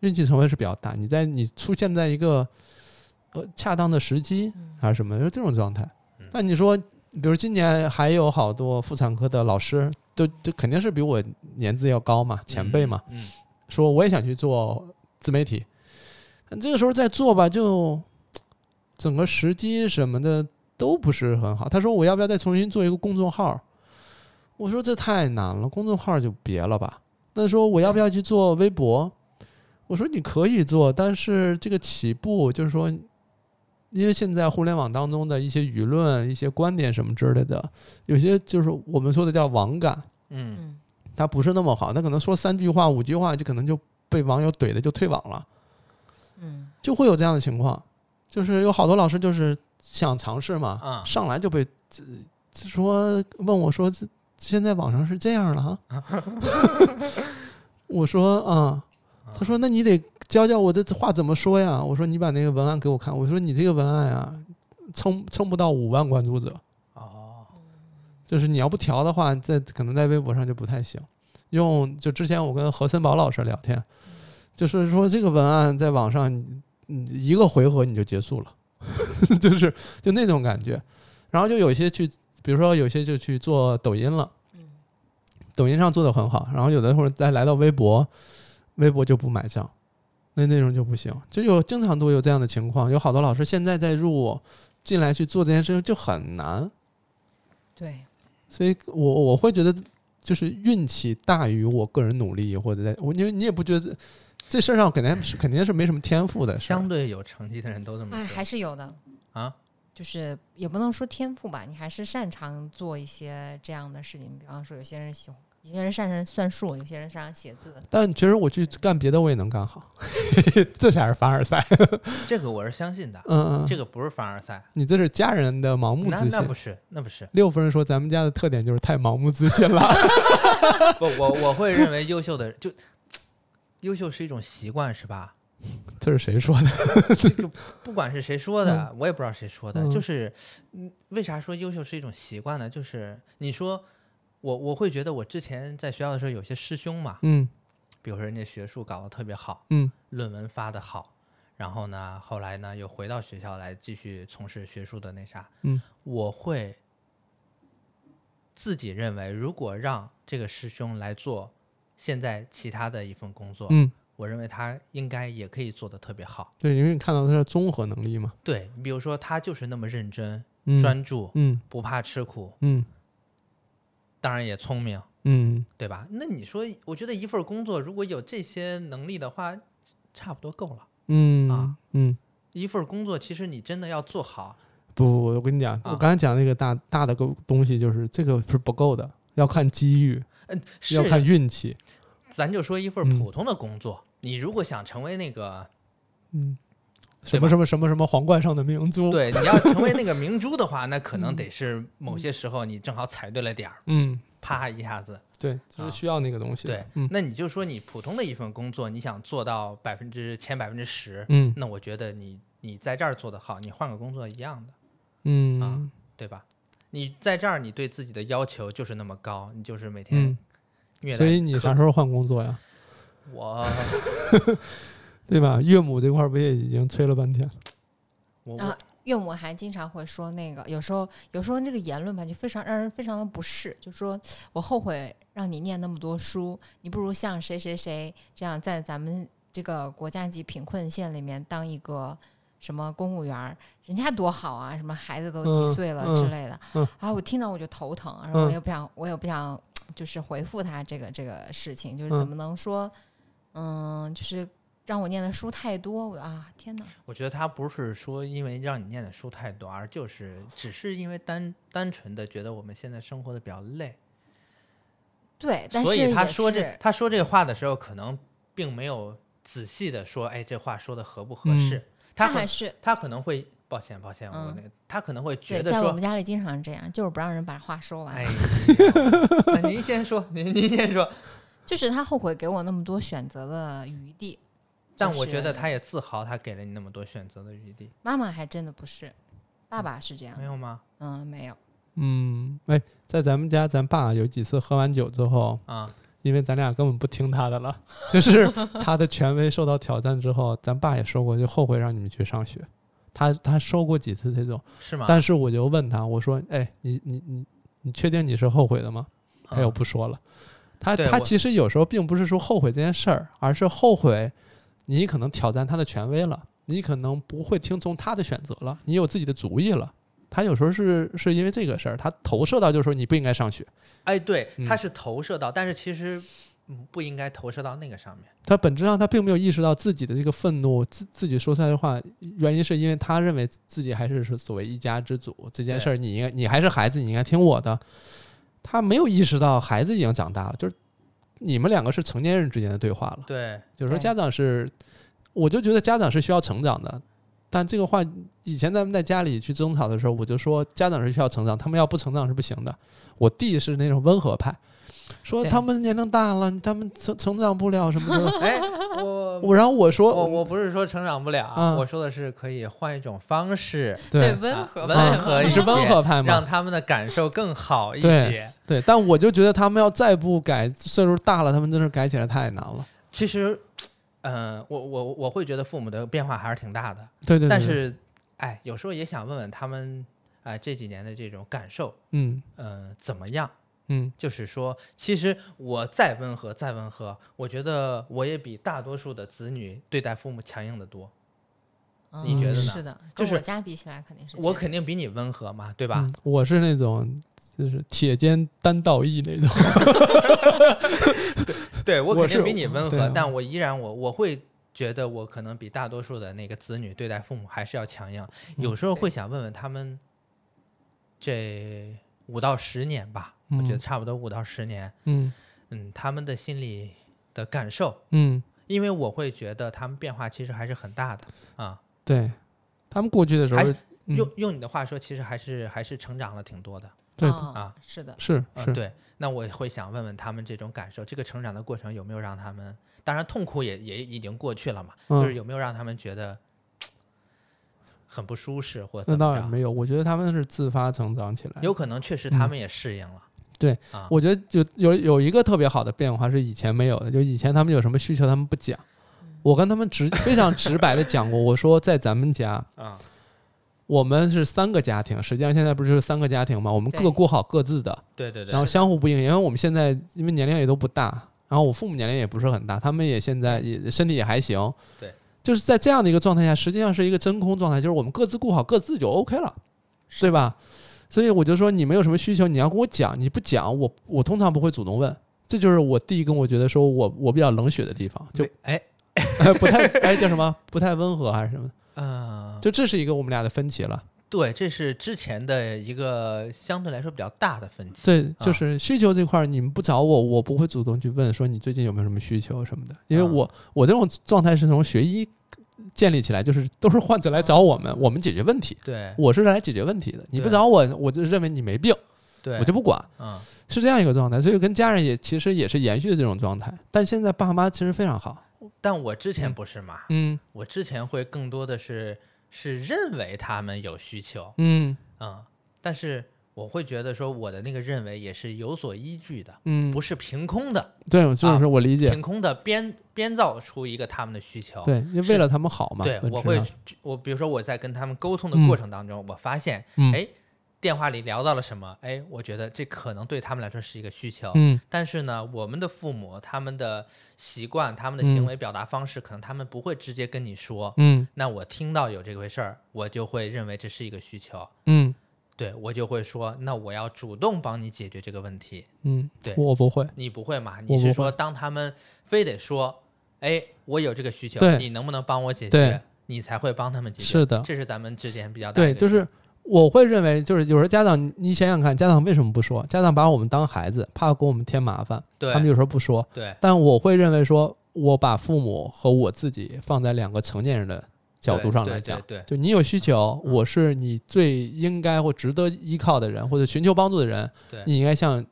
运气成分是比较大。你在你出现在一个呃恰当的时机还是什么，就是这种状态
嗯。
那你说，比如今年还有好多妇产科的老师，都都肯定是比我年资要高嘛，前辈嘛，，
嗯
说我也想去做自媒体，但这个时候再做吧，就整个时机什么的都不是很好。他说我要不要再重新做一个公众号？我说这太难了，公众号就别了吧。那说我要不要去做微博？我说你可以做，但是这个起步就是说，因为现在互联网当中的一些舆论、一些观点什么之类的，有些就是我们说的叫网感，
嗯
嗯，
他不是那么好，他可能说三句话、五句话，就可能就被网友怼的就退网了，
嗯，
就会有这样的情况。就是有好多老师就是想尝试嘛，
啊
上来就被、这这说问我说，这现在网上是这样了哈，我说啊、他说那你得教教我这话怎么说呀？我说你把那个文案给我看，我说你这个文案啊，撑撑不到五万关注者，
哦
就是你要不调的话，在可能在微博上就不太行。用就之前我跟何森宝老师聊天，就是说这个文案在网上，你你一个回合你就结束了， 就是就那种感觉。然后就有些去，比如说有些就去做抖音了，
嗯
抖音上做的很好，然后有的会儿再来到微博，微博就不买账，那内容就不行，就有经常都有这样的情况。有好多老师现在在入进来去做这件事情就很难，
对，
所以我我会觉得就是运气大于我个人努力，或者在我因为你也不觉得这事儿上肯定是肯定是没什么天赋的事儿，
相对有成绩的人都这么
哎，
说
还是有的，
嗯啊，
就是也不能说天赋吧，你还是擅长做一些这样的事情。比方说，有些人喜欢有些人擅长算数，有些人擅长写字。
但其实我去干别的我也能干好， 这才是凡尔 赛。
这个我是相信的，
嗯，
这
嗯，
个不是凡尔赛，
你这是家人的盲目
那
自
那不
信。，
是，那不是
六分说咱们家的特点就是太盲目自信了。
不，我我会认为优秀的就优秀是一种习惯，是吧？
这是谁说的？
这个不管是谁说的，我也不知道谁说的，
嗯
就是，嗯，为啥说优秀是一种习惯呢？就是你说我我会觉得我之前在学校的时候有些师兄嘛，
嗯
比如说人家学术搞得特别好，
嗯
论文发得好，然后呢，后来呢又回到学校来继续从事学术的那啥，
嗯，
我会自己认为，如果让这个师兄来做现在其他的一份工作，
嗯，
我认为他应该也可以做得特别好。
对，因为你看到他的综合能力嘛。
对，比如说他就是那么认真、
嗯
专注，
嗯
不怕吃苦，
嗯
当然也聪明，
嗯，
对吧？那你说，我觉得一份工作如果有这些能力的话，差不多够了。
嗯
啊
嗯，
一份工作，其实你真的要做好，
不不，我跟你讲，我
啊
刚才讲那个大大的个东西，就是这个是不够的，要看机遇，
嗯，是
要
呀
看运气。
咱就说一份
嗯
普通的工作，你如果想成为那个，
嗯，什
对
么
吧
什么什么什么皇冠上的明珠。，
对，你要成为那个明珠的话，那可能得是某些时候你正好踩对了点儿，
嗯，
啪一下子。
对，就是
啊
需要那个东西的。
对，
嗯
那你就说你普通的一份工作，你想做到百分之前百分之十，
嗯
那我觉得你你在这儿做得好，你换个工作一样的，
嗯、
啊对吧？你在这儿，你对自己的要求就是那么高，你就是每天
嗯，
虐待。
所以你啥时候换工作呀？
我
对吧？岳母这块儿不也已经催了半天了？
我
啊
我
岳母还经常会说那个，有时候有时候这个言论吧，就非常让人非常的不适，就说我后悔让你念那么多书，你不如像谁谁谁这样，在咱们这个国家级贫困县里面当一个什么公务员儿，人家多好啊，什么孩子都
嗯
几岁了之类的，
嗯
啊，我听着我就头疼，然后我
嗯
也不想，我也不想就是回复他这个这个事情，就
嗯
是怎么能说，嗯，就是让我念的书太多，我啊天哪，
我觉得他不是说因为让你念的书太多，而就是只是因为单单纯的觉得我们现在生活的比较累，
对，但
所以
是
他
也
说
是
这他说这话的时候，可能并没有仔细的说，哎，这话说的合不合适？
嗯
他
他
可
还是
他可能会，抱歉抱歉，我
嗯
那个他可能会觉
对，
得
在我
说
们，家里经常这样，就是不让人把话说完。
哎呦，那您先说，您您先说。
就是他后悔给我那么多选择的余地。
但
就
我觉得
是
他也自豪，他给了你那么多选择的余地，
妈妈还真的不是，爸爸是这样
没。有吗？
嗯，没有。
嗯，哎，在咱们家，咱爸有几次喝完酒之后，
啊，
因为咱俩根本不听他的了， 就是他的权威受到挑战之后，咱爸也说过，就后悔让你们去上学。他他说过几次这种，
是吗？啊
但是我就问他，我说，哎，你你你你确定你是后悔的吗？他又
啊
不说了。他
对
他
我
其实有时候并不是说后悔这件事儿，而是后悔你可能挑战他的权威了，你可能不会听从他的选择了，你有自己的主意了。他有时候是是因为这个事儿，他投射到就是说你不应该上学。
哎，对，他
嗯
是投射到，但是其实嗯不应该投射到那个上面。
他本质上他并没有意识到自己的这个愤怒，自自己说出来的话，原因是因为他认为自己还是是所谓一家之主这件事儿，你应该你还是孩子，你应该听我的。他没有意识到孩子已经长大了，就是你们两个是成年人之间的对话了。
对，
有时候
对
家长是，我就觉得家长是需要成长的。但这个话，以前咱们在家里去争吵的时候，我就说家长是需要成长，他们要不成长是不行的。我弟是那种温和派，说
对
他们年龄大了，他们成成长不了什么的。
哎，我
我然后我说，
我我不是说成长不了啊，
嗯
我说的是可以换一种方式，
对
啊
啊
温和一
你
些，
是温和派
让
吗？
他们的感受更好一
对
些。
对，但我就觉得他们要再不改，岁数大了，他们真是改起来太难了。
其实，嗯、我我我会觉得父母的变化还是挺大的，
对对对，
但
对
是，哎，有时候也想问问他们，啊、这几年的这种感受，
嗯
嗯、怎么样？
嗯
就是说，其实我再温和，再温和，我觉得我也比大多数的子女对待父母强硬的多。
嗯
你觉得呢
是的，
就
跟
是
我家比起来肯定是这
我
样。
肯定比你温和嘛，对吧？
嗯，我是那种就是铁肩担道义那种。
对我
我
肯
是嗯
定比你温
对
和，但我依然我我会觉得我可能比大多数的那个子女对待父母还是要强硬。
嗯
有时候会
对
想问问他们， 这五到十年吧，我觉得
嗯
差不多五到十年，
嗯
嗯他们的心理的感受，
嗯，
因为我会觉得他们变化其实还是很大的啊。
对，他们过去的时候
还是
嗯
用用你的话说，其实还是还是成长了挺多的。
对
哦
啊，
是的，
是
嗯、
是，
对。那我会想问问他们这种感受，这个成长的过程有没有让他们，当然痛苦也也已经过去了嘛，就
嗯，
是有没有让他们觉得嘖很不舒适或
那
怎
倒
么
也
着？
没有，我觉得他们是自发成长起来。
有可能确实他
嗯
们也适应了。
对
啊，
我觉得就有有一个特别好的变化是以前没有的，就以前他们有什么需求他们不讲，我跟他们直非常直白的讲过，我说在咱们家，
啊
我们是三个家庭，实际上现在不是就是三个家庭嘛，我们
对
各过好各自的，
对对对
然后相互不影响，因为我们现在因为年龄也都不大，然后我父母年龄也不是很大，他们也现在也身体也还行，
对，
就是在这样的一个状态下，实际上是一个真空状态，就是我们各自顾好各自就 OK 了，对吧？所以我就说，你们有什么需求，你要跟我讲，你不讲，我我通常不会主动问，这就是我弟跟我觉得说我我比较冷血的地方， 就
没哎
不太哎叫什么不太温和还是什么，
嗯、
就这是一个我们俩的分歧了。
对，这是之前的一个相对来说比较大的分歧。
对，
啊
就是需求这块儿，你们不找我，我不会主动去问说你最近有没有什么需求什么的，因为
啊
我我这种状态是从学医建立起来，就是都是患者来找我们，我们解决问题，
对
我是来解决问题的，你不
嗯对
找我，我就认为你没病，
对，
我就不管，
嗯
是这样一个状态，所以跟家人也其实也是延续的这种状态，但现在爸妈其实非常好，
但我之前
嗯
不是嘛，
嗯
我之前会更多的是是认为他们有需求，
嗯
嗯，但是我会觉得说我的那个认为也是有所依据的，
嗯，
不是凭空的，
对，
啊
就是我理解，
凭空的编编造出一个他们的需求。
对，因为
是
为了他们好嘛，
对，
本
我
质
会
上
我比如说我在跟他们沟通的
嗯
过程当中，我发现
嗯
哎电话里聊到了什么，哎，我觉得这可能对他们来说是一个需求，
嗯
但是呢，我们的父母他们的习惯、他们的
嗯
行为表达方式，可能他们不会直接跟你说。
嗯
那我听到有这回事儿，我就会认为这是一个需求，
嗯
对我就会说，那我要主动帮你解决这个问题。
嗯
对，
我不会，
你不会嘛？
我
你
不
是
会
说，当他们非得说，哎，我有这个需求
对，
你能不能帮我解
对
决？你才会帮他们解决。
是的
这是咱们之间比较大的
对，
一个
就是我会认为，就是有时候家长，你你想想看，家长为什么不说？家长把我们当孩子，怕给我们添麻烦，
对
他们有时候不说。
对
但我会认为说，我把父母和我自己放在两个成年人的角度上
对
来
对
讲，
对对嗯
就你有需求，我是你最应该或值得依靠的人，或者寻求帮助的人
对，
你应该向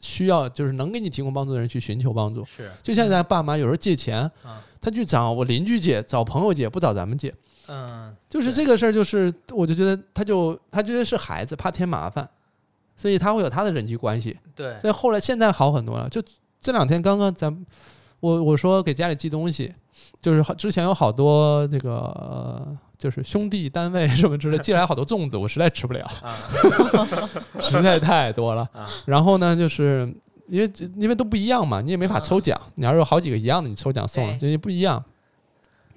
需要就是能给你提供帮助的人去寻求帮助。
是
就像咱爸妈有时候借钱
嗯，
他去找我邻居借，找朋友借，不找咱们借。
嗯，
就是
对
这个事儿，就是我就觉得他就他觉得是孩子，怕添麻烦，所以他会有他的人际关系。
对
所以后来现在好很多了。就这两天刚刚咱们我我说给家里寄东西，就是好之前有好多这个、呃就是兄弟单位什么之类寄来好多粽子，我实在吃不 了，
啊
实在太多了
啊。
然后呢，就是因为因为都不一样嘛，你也没
啊
法抽奖。你要是有好几个一样的，你抽奖送了，
对
这些不一样。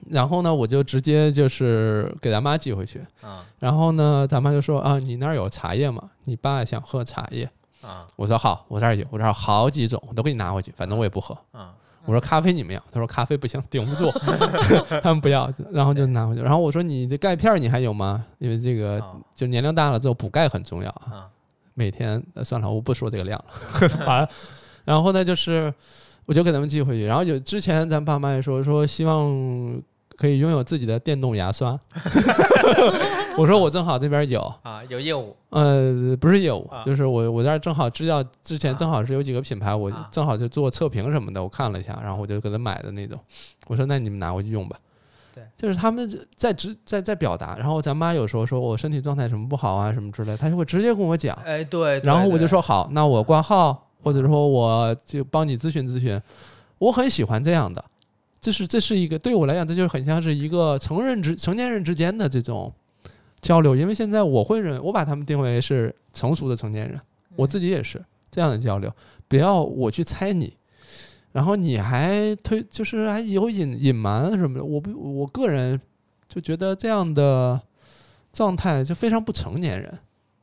然后呢，我就直接就是给咱妈寄回去。
啊
然后呢，咱妈就说啊，你那儿有茶叶吗？你爸想喝茶叶。
啊
我说好，我这儿有，我这儿有好几种，我都给你拿回去，反正我也不喝。
啊
我说咖啡你们要，他说咖啡不行，顶不住，他们不要，然后就拿回去。然后我说你的钙片儿你还有吗？因为这个
啊
就年龄大了之后补钙很重要啊。
啊！
每天、呃、算了，我不说这个量了， 反正然后呢，就是我就给他们寄回去。然后有之前咱爸妈也说说希望可以拥有自己的电动牙刷， 我说我正好这边有，
啊，有业务
呃，不是业务，
啊
就是我我这儿正好知道之前
啊
正好是有几个品牌，我
啊
正好就做测评什么的，我看了一下，然后我就给他买的那种。我说那你们拿回去用吧。
对，
就是他们在直在在表达，然后咱妈有时候说我身体状态什么不好啊什么之类，她就会直接跟我讲，
哎，对，对
啊然后我就
对
说好，那我挂号，或者说我就帮你咨询咨询。我很喜欢这样的，这是这是一个对我来讲，这就是很像是一个成人之成年人之间的这种交流，因为现在我会认为我把他们定为是成熟的成年人，我
嗯
自己也是这样的交流，不要我去猜你。然后你还推，就是还有隐隐瞒什么的，我不，我个人就觉得这样的状态就非常不成年人，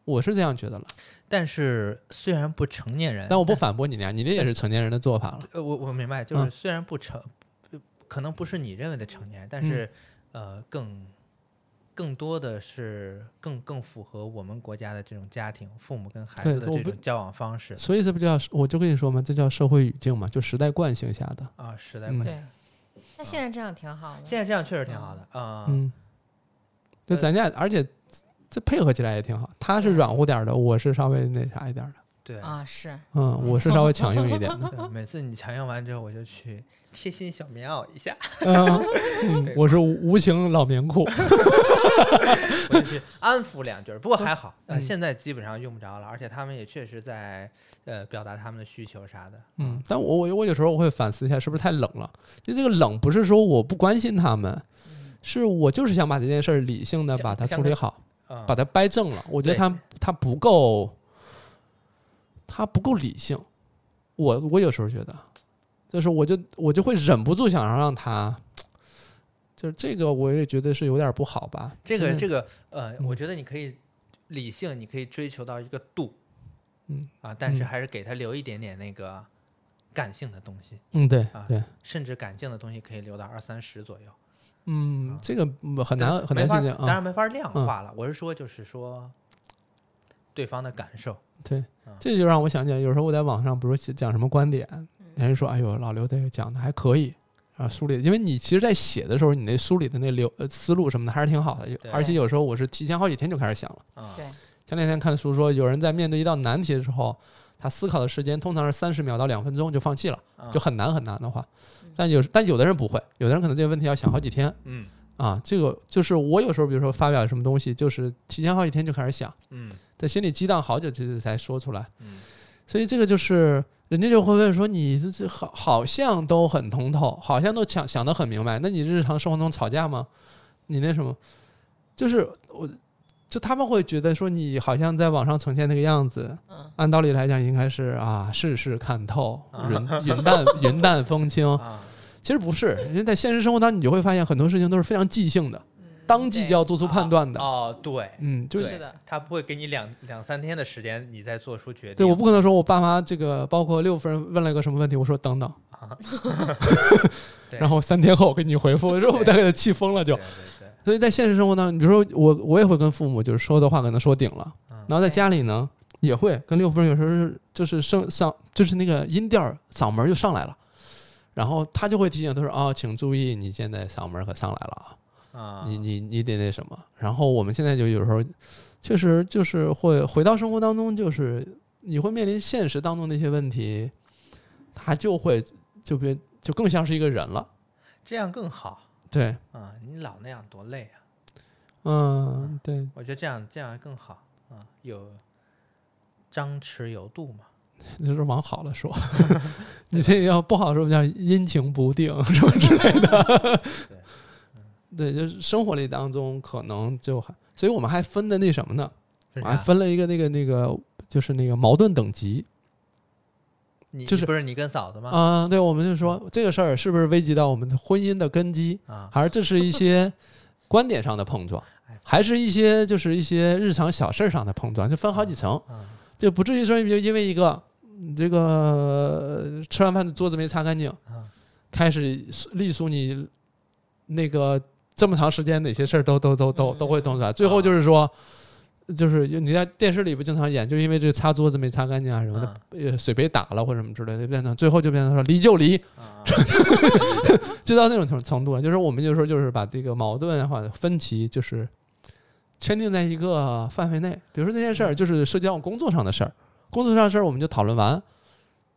我是这样觉得了。
但是虽然不成年人，
但我不反驳你那样，你那也是成年人的做法了。
呃，我我明白，就是
嗯
虽呃然不成，可能不是你认为的成年人，但
嗯
是、呃，更更多的是更更符合我们国家的这种家庭父母跟孩
对
子的
我
这
不
种交往方式
所以这不叫我就跟你说嘛，这叫社会语境嘛，就时代惯性下的。
啊，时代
嗯
观。
对，那现在这样挺好的。
现在这样确实挺好的啊，
嗯，就咱家，而且这配合起来也挺好。他是软乎点儿的，我是稍微那啥一点儿的，
对。
啊，是
嗯，我是稍微强硬一点 的，
对每次你强硬完之后，我就去 贴心小棉袄一下，
嗯，嗯我是无情老棉裤，
我就去安抚两句儿。不过还 好，呃，
嗯
现在基本上用不着了，而且他们也确实在呃表达他们的需求啥的。
嗯，但我我我有时候我会反思一下，是不是太冷了？就这个冷不是说我不关心他们，是我就是想把这件事儿理性的
嗯想
把它
想
处理好，
嗯，
把它掰正了。我觉得
对
他他不够，他不够理性。我我有时候觉得，就是我就我就会忍不住想要让他，就是这个我也觉得是有点不好吧。
这个这
个，
个呃，
嗯
我觉得你可以理性，你可以追求到一个度，
嗯
啊，但是
嗯
还是给他留一点点那个感性的东西，
嗯，对
啊
对，
甚至感性的东西可以留到二三十左右，
嗯
啊，
这个嗯很难
对
很
没
难
法
去讲
当
啊。
然没法量
嗯
化了。我是说，就是说对方的感受，
对
嗯，
这就让我想起来，有时候我在网上不是讲什么观点，人家说哎呦老刘这个讲的还可以。啊，梳理，因为你其实，在写的时候，你那梳理的那流呃思路什么的还是挺好的，
对
而且有时候我是提前好几天就开始想了。
啊，
对
前两天看书说，有人在面对一道难题的时候，他思考的时间通常是三十秒到两分钟就放弃了，
啊
就很难很难的话
嗯。
但有但有的人不会，有的人可能这个问题要想好几天
嗯
啊。这个就是我有时候，比如说发表什么东西，就是提前好几天就开始想，
嗯
在心里激荡好久，就是才说出来。
嗯
所以这个就是人家就会问说，你这这好好像都很通透，好像都想想得很明白，那你日常生活中吵架吗？你那什么，就是我。就他们会觉得说你好像在网上呈现那个样子，
嗯
按道理来讲应该是啊世事看透，
啊
云 云淡云淡风轻。
啊，
其实不是，因为在现实生活当中你就会发现很多事情都是非常即兴的，当即就要做出判断的。
哦，对，
嗯，就是
是的，
他不会给你两两三天的时间，你再做出决定。
对，我不可能说我爸妈这个，包括六分问了个什么问题，我说等等，
啊 对
然后三天后我给你回复，我说我大概气疯了
对
就。
对对，
所以在现实生活当中，比如说我，我也会跟父母就是说的话可能说顶了，
嗯
然后在家里呢也会跟六夫人有时候是就是声上就是那个音调儿嗓门儿就上来了，然后他就会提醒他说啊、请注意你现在嗓门儿可上来了啊。
啊，
你你你得那什么。然后我们现在就有时候，确实就是会回到生活当中，就是你会面临现实当中的一些问题，他就会就变就更像是一个人了。
这样更好
对，
啊，你老那样多累啊！
嗯，对，
我觉得这样这样更好啊，有张弛有度嘛。
就是往好了 说，你这要不好说叫阴晴不定什么之类的。 对，就是生活里当中可能就还，所以我们还分的那什么呢？
是
我还
啥？
分了一个那个那个，就是那个矛盾等级。
你
就是
你不是你跟嫂子吗？嗯
啊、对，我们就说这个事儿是不是危及到我们的婚姻的根基，
啊，
还是这是一 些观点上的碰撞
哎，
还是一些就是一些日常小事儿上的碰撞，就分好几层，
嗯
就不至于说就因为一个嗯这个呃吃完饭的桌子没擦干净，
嗯
开始隶属你那个这么长时间哪些事儿都都都
嗯
都都会动出来，最后
啊
就是说。就是你在电视里不经常演，就因为这擦桌子没擦干净啊什么的，呃，水杯打了或者什么之类的，变成最后就变成说离就离，
啊，
就到那种程程度了。就是我们就说，就是把这个矛盾啊或者分歧，就是圈定在一个范围内。比如说这件事
嗯
儿，就是涉及到工作上的事儿，工作上的事儿我们就讨论完，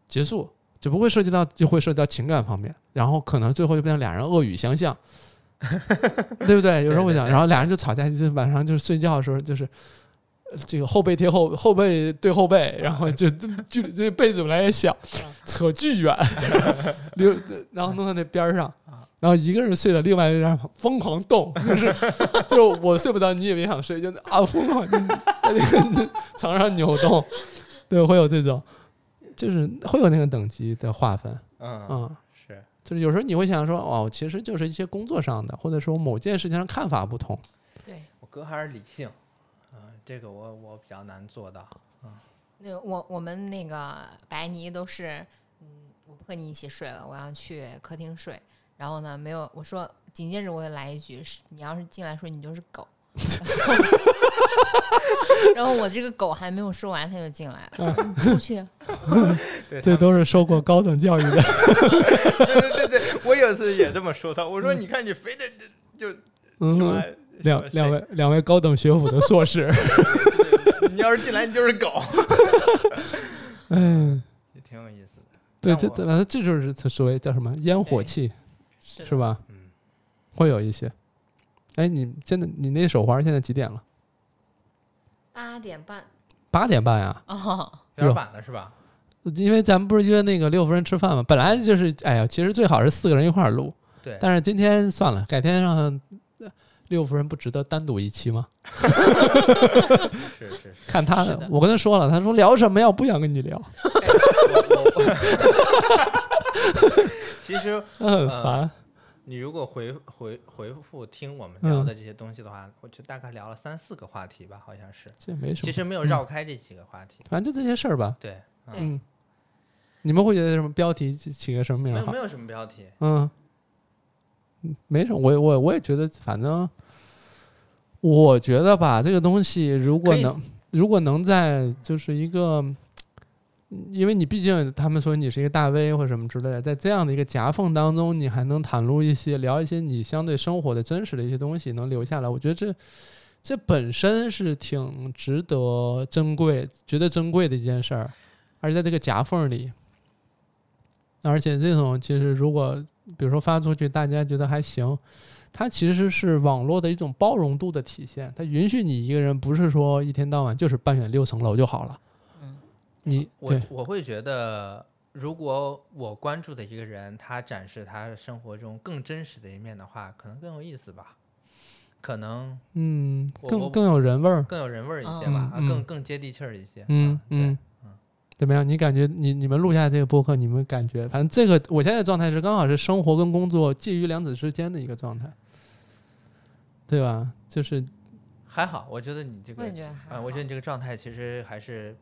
结束，就不会涉及到，就会涉及到情感方面，然后可能最后就变成俩人恶语相 向，对不对？有时候会
对对
讲，
对
然后俩人就吵架，就是晚上就是睡觉的时候就是。呃这个后背贴后，后背对后背，然后就距离这被子本来也小，
嗯
扯巨远， 留然后弄到那边儿上，然后一个人睡在另外一个人疯狂动， 就是就是我睡不着，你也别想睡，就啊疯狂在那个床上扭 动，对，会有这种，就是会有那个等级的划分，
嗯，
嗯，
是
就是有时候你会想说，哦，其实就是一些工作上的，或者说某件事情上看法不同，
对。
我哥还是理性啊，这个我我比较难做 到。
那我我们那个白泥都是，嗯，我不和你一起睡了，我要去客厅睡。然后呢，没有我说，紧接着我又来一句，是你要是进来睡，你就是狗。 然后我这个狗还没有说完，它就进来
嗯
了，嗯出去。
对
这
他
都是受过高等教育 的。
对对对对，我有次也这么说他，我说你看你非得就就什么
嗯，两
什么
两位两位高等学府的硕 士，
谁 你要是进来 你就是狗，
嗯，
也挺有意思的。
对，
让
这
我
这反正这就是它所谓叫什么烟火
哎
气，
是
是吧？
嗯，
会有一些。哎，你现在你那手环现在几点了？
八点半
八点半呀、
哦，
有点晚了是吧？
因为咱们不是约那个六夫人吃饭嘛，本来就是，哎呀，其实最好是四个人一块儿录，
对，
但是今天算了，改天让呃六夫人不值得单独一期吗？
是是是。
看他
是的
我跟他说了，他说聊什么呀？我不想跟你聊，
其实
很
呃
烦。
你如果回回回复听我们聊
嗯
的这些东西的话，我就大概聊了三四个话题吧，好像是。
这没什
其
么，
实没有绕开这几个话题，
反正就这些事儿吧。
对，
对
嗯，你们会觉得什么标题起起个什么
没
名儿
有
嗯好
没？有什么标题。
嗯，嗯没什么，我我我也觉得，反正我觉得吧，这个东西如果
可以
能，如果能在就是一个，因为你毕竟他们说你是一个大 V 或什么之类的，在这样的一个夹缝当中，你还能袒露一些聊一些你相对生活的真实的一些东西，能留下来，我觉得这。这本身是挺值得珍贵、觉得珍贵的一件事儿，而且在这个夹缝里，而且这种其实如果比如说发出去，大家觉得还行，它其实是网络的一种包容度的体现，它允许你一个人不是说一天到晚就是扮演六层楼就好了。
嗯，
你
我
对
我会觉得，如果我关注的一个人，他展示他生活中更真实的一面的话，可能更有意思吧，可能
嗯，
我
更
我
更有人味儿。
更有人味儿一些吧，啊
嗯嗯
更更接地气儿一些。
嗯
啊对
嗯，怎么样？你感觉你你们录下这个播客，你们感觉反正这个我现在的状态是刚好是生活跟工作介于两者之间的一个状态，对吧？就是
还好，我觉得你这个
嗯我也觉得还
啊，我觉
好
得你这个状态其实还是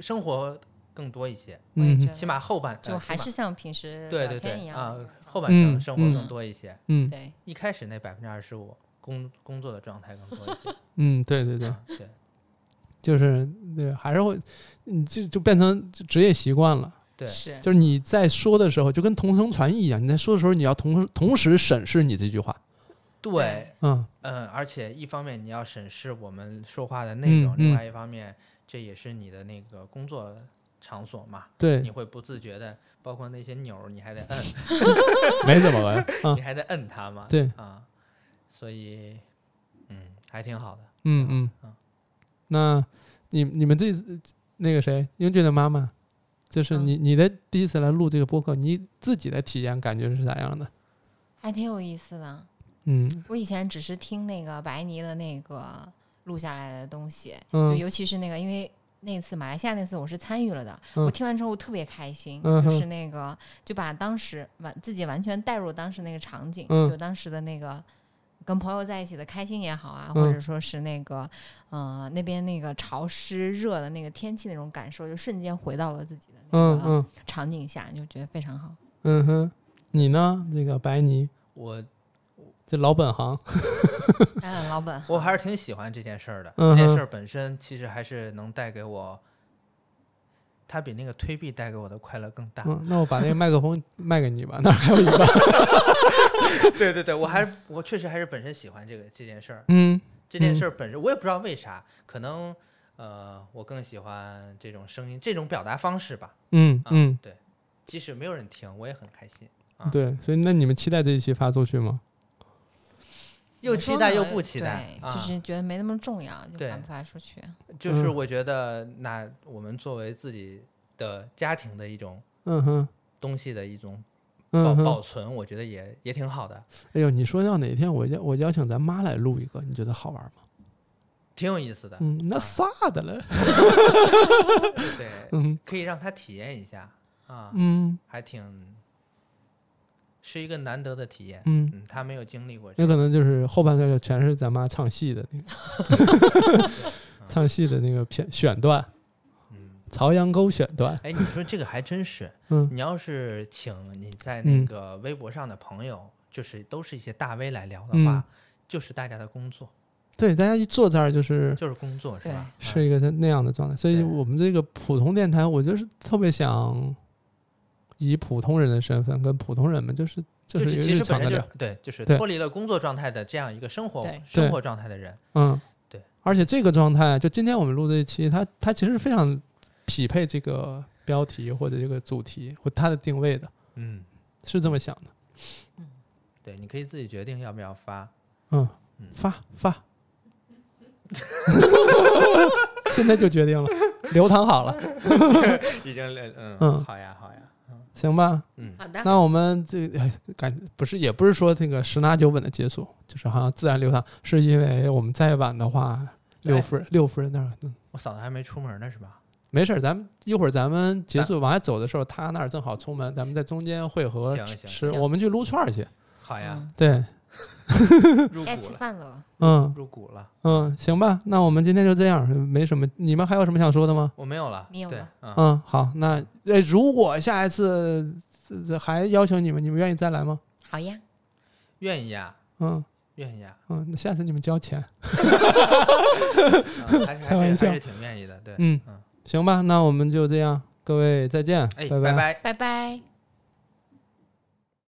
生活更多一些，
我也
嗯
觉得
起码后半
就
呃
还
起
是
码
像平时
对
聊
对
天一
对
样
啊
的那种，
后半程
嗯
生活更
嗯
多一些，
嗯
对，
一开始那百分之二十五工工作的状态更多一些。
嗯，对对对。
啊 对，
就是对，还是会，你就就变成职业习惯了。
对
是
就是你在说的时候，就跟同声传译一样，你在说的时候，你要同同时审视你这句话。
对，
嗯
嗯，而且一方面你要审视我们说话的
嗯
内容，
嗯
另外一方面这也是你的那个工作场所嘛，你
对，
会不自觉的，包括那些钮儿你还得摁，
没怎么玩儿。啊
你，还得摁它嘛，
对，
啊，所以嗯，还挺好的。
嗯嗯
嗯。
那你你们这那个谁，英俊的妈妈，就是
嗯
你你的第一次来录这个播客，你自己的体验感觉是咋样的？
还挺有意思的。
嗯
我以前只是听那个白泥的那个录下来的东西，就
嗯
尤其是那个，因为那次马来西亚那次我是参与了的，
嗯
我听完之后我特别开心，
嗯哼
就是那个就把当时完自己完全带入当时那个场景，
嗯
就当时的那个。跟朋友在一起的开心也好啊，
嗯
或者说是那个，呃，那边那个潮湿热的那个天气那种感受，就瞬间回到了自己的那
嗯
个
嗯
场景下，就觉得非常 好。
嗯哼，你呢？这个白泥，
我
这老本行。
嗯，老本，
我还是挺喜欢这件事儿的。
嗯哼
这件事儿本身其实还是能带给我，它比那个推币带给我的快乐更大。
嗯，那我把那个麦克风卖给你吧，那儿还有一个。
对对对，我还是我确实还是本身喜欢这个这件事儿。
嗯
这件事儿本身我也不知道为啥，可能呃我更喜欢这种声音这种表达方式吧。
嗯
啊、
嗯，
对，即使没有人听，我也很开心。啊
对，所以那你们期待这一期发出去吗？
又
怎么说
期待
呢
又不期待
对，
啊、
就是觉得没那么重要，就
对
发不发出去。
就是
嗯
我觉得那我们作为自己的家庭的一种
嗯哼，
东西的一种保
嗯哼。
保存，我觉得也也挺好的，
哎呦，你说要哪天我邀我邀请咱妈来录一个，你觉得好玩吗？
挺有意思的。
嗯，那
啊
啥的嘞。
对，
嗯
可以让他体验一下啊，
嗯
还挺是一个难得的体验。
嗯，
嗯，他没有经历过这
有
个，
可能就是后半段就全是咱妈唱戏的那个， 唱戏的那个片选段，
嗯，
朝阳沟选段。
哎，你说这个还真是，
嗯
你要是请你在
嗯
那个微博上的朋友，就是都是一些大 V 来聊的
嗯
话，就是大家的工作，
对，大家一坐这儿就是
就是工作是吧？啊
是一个那样的状态，所以
对
我们这个普通电台，我就是特别想以普通人的身份跟普通人们，就是就
就是是
有
其
日
实
常
本
的
身就
聊
是，对，就是
对
脱离了工作状态的这样一个生活
对
生
对
活状态的人，
嗯，
对，
而且这个状态，就今天我们录这一期，它它其实是非常匹配这个标题或者这个主题或它的定位的，
嗯，
是这么想的，
对，你可以自己决定要不要发，
嗯
嗯，
发发， 现在就决定了，流淌好了，
已经嗯
嗯
好呀好呀，
行吧，
嗯，
好的，
那我们这哎感不是也不是说这个十拿九稳的结束，就是好像自然流淌，是因为我们再晚的话，六
哎
夫人六夫人那儿、嗯、
我嫂子还没出门呢是吧？
没事儿，咱们一会儿咱们结
咱
束往下走的时候，他那儿正好出门，咱们在中间汇合
行行
吃，
行
我们去撸串儿去。
好哎呀，
对，
入
嗯该
股
吃
了，
饭了，
嗯
入股了，
嗯，行吧，那我们今天就这样，没什么，你们还有什么想说的吗？
我没有了，
没有
对
了，
嗯，
嗯，好，那呃，如果下一次呃还邀请你们，你们愿意再来吗？
好呀，
愿意呀，
嗯
愿意呀，
嗯，那下次你们交钱。
嗯还 是
开玩
还是
笑
还是挺愿意的，对，
嗯
嗯，
行吧，那我们就这样，各位再见，
哎，
拜
拜。
拜拜。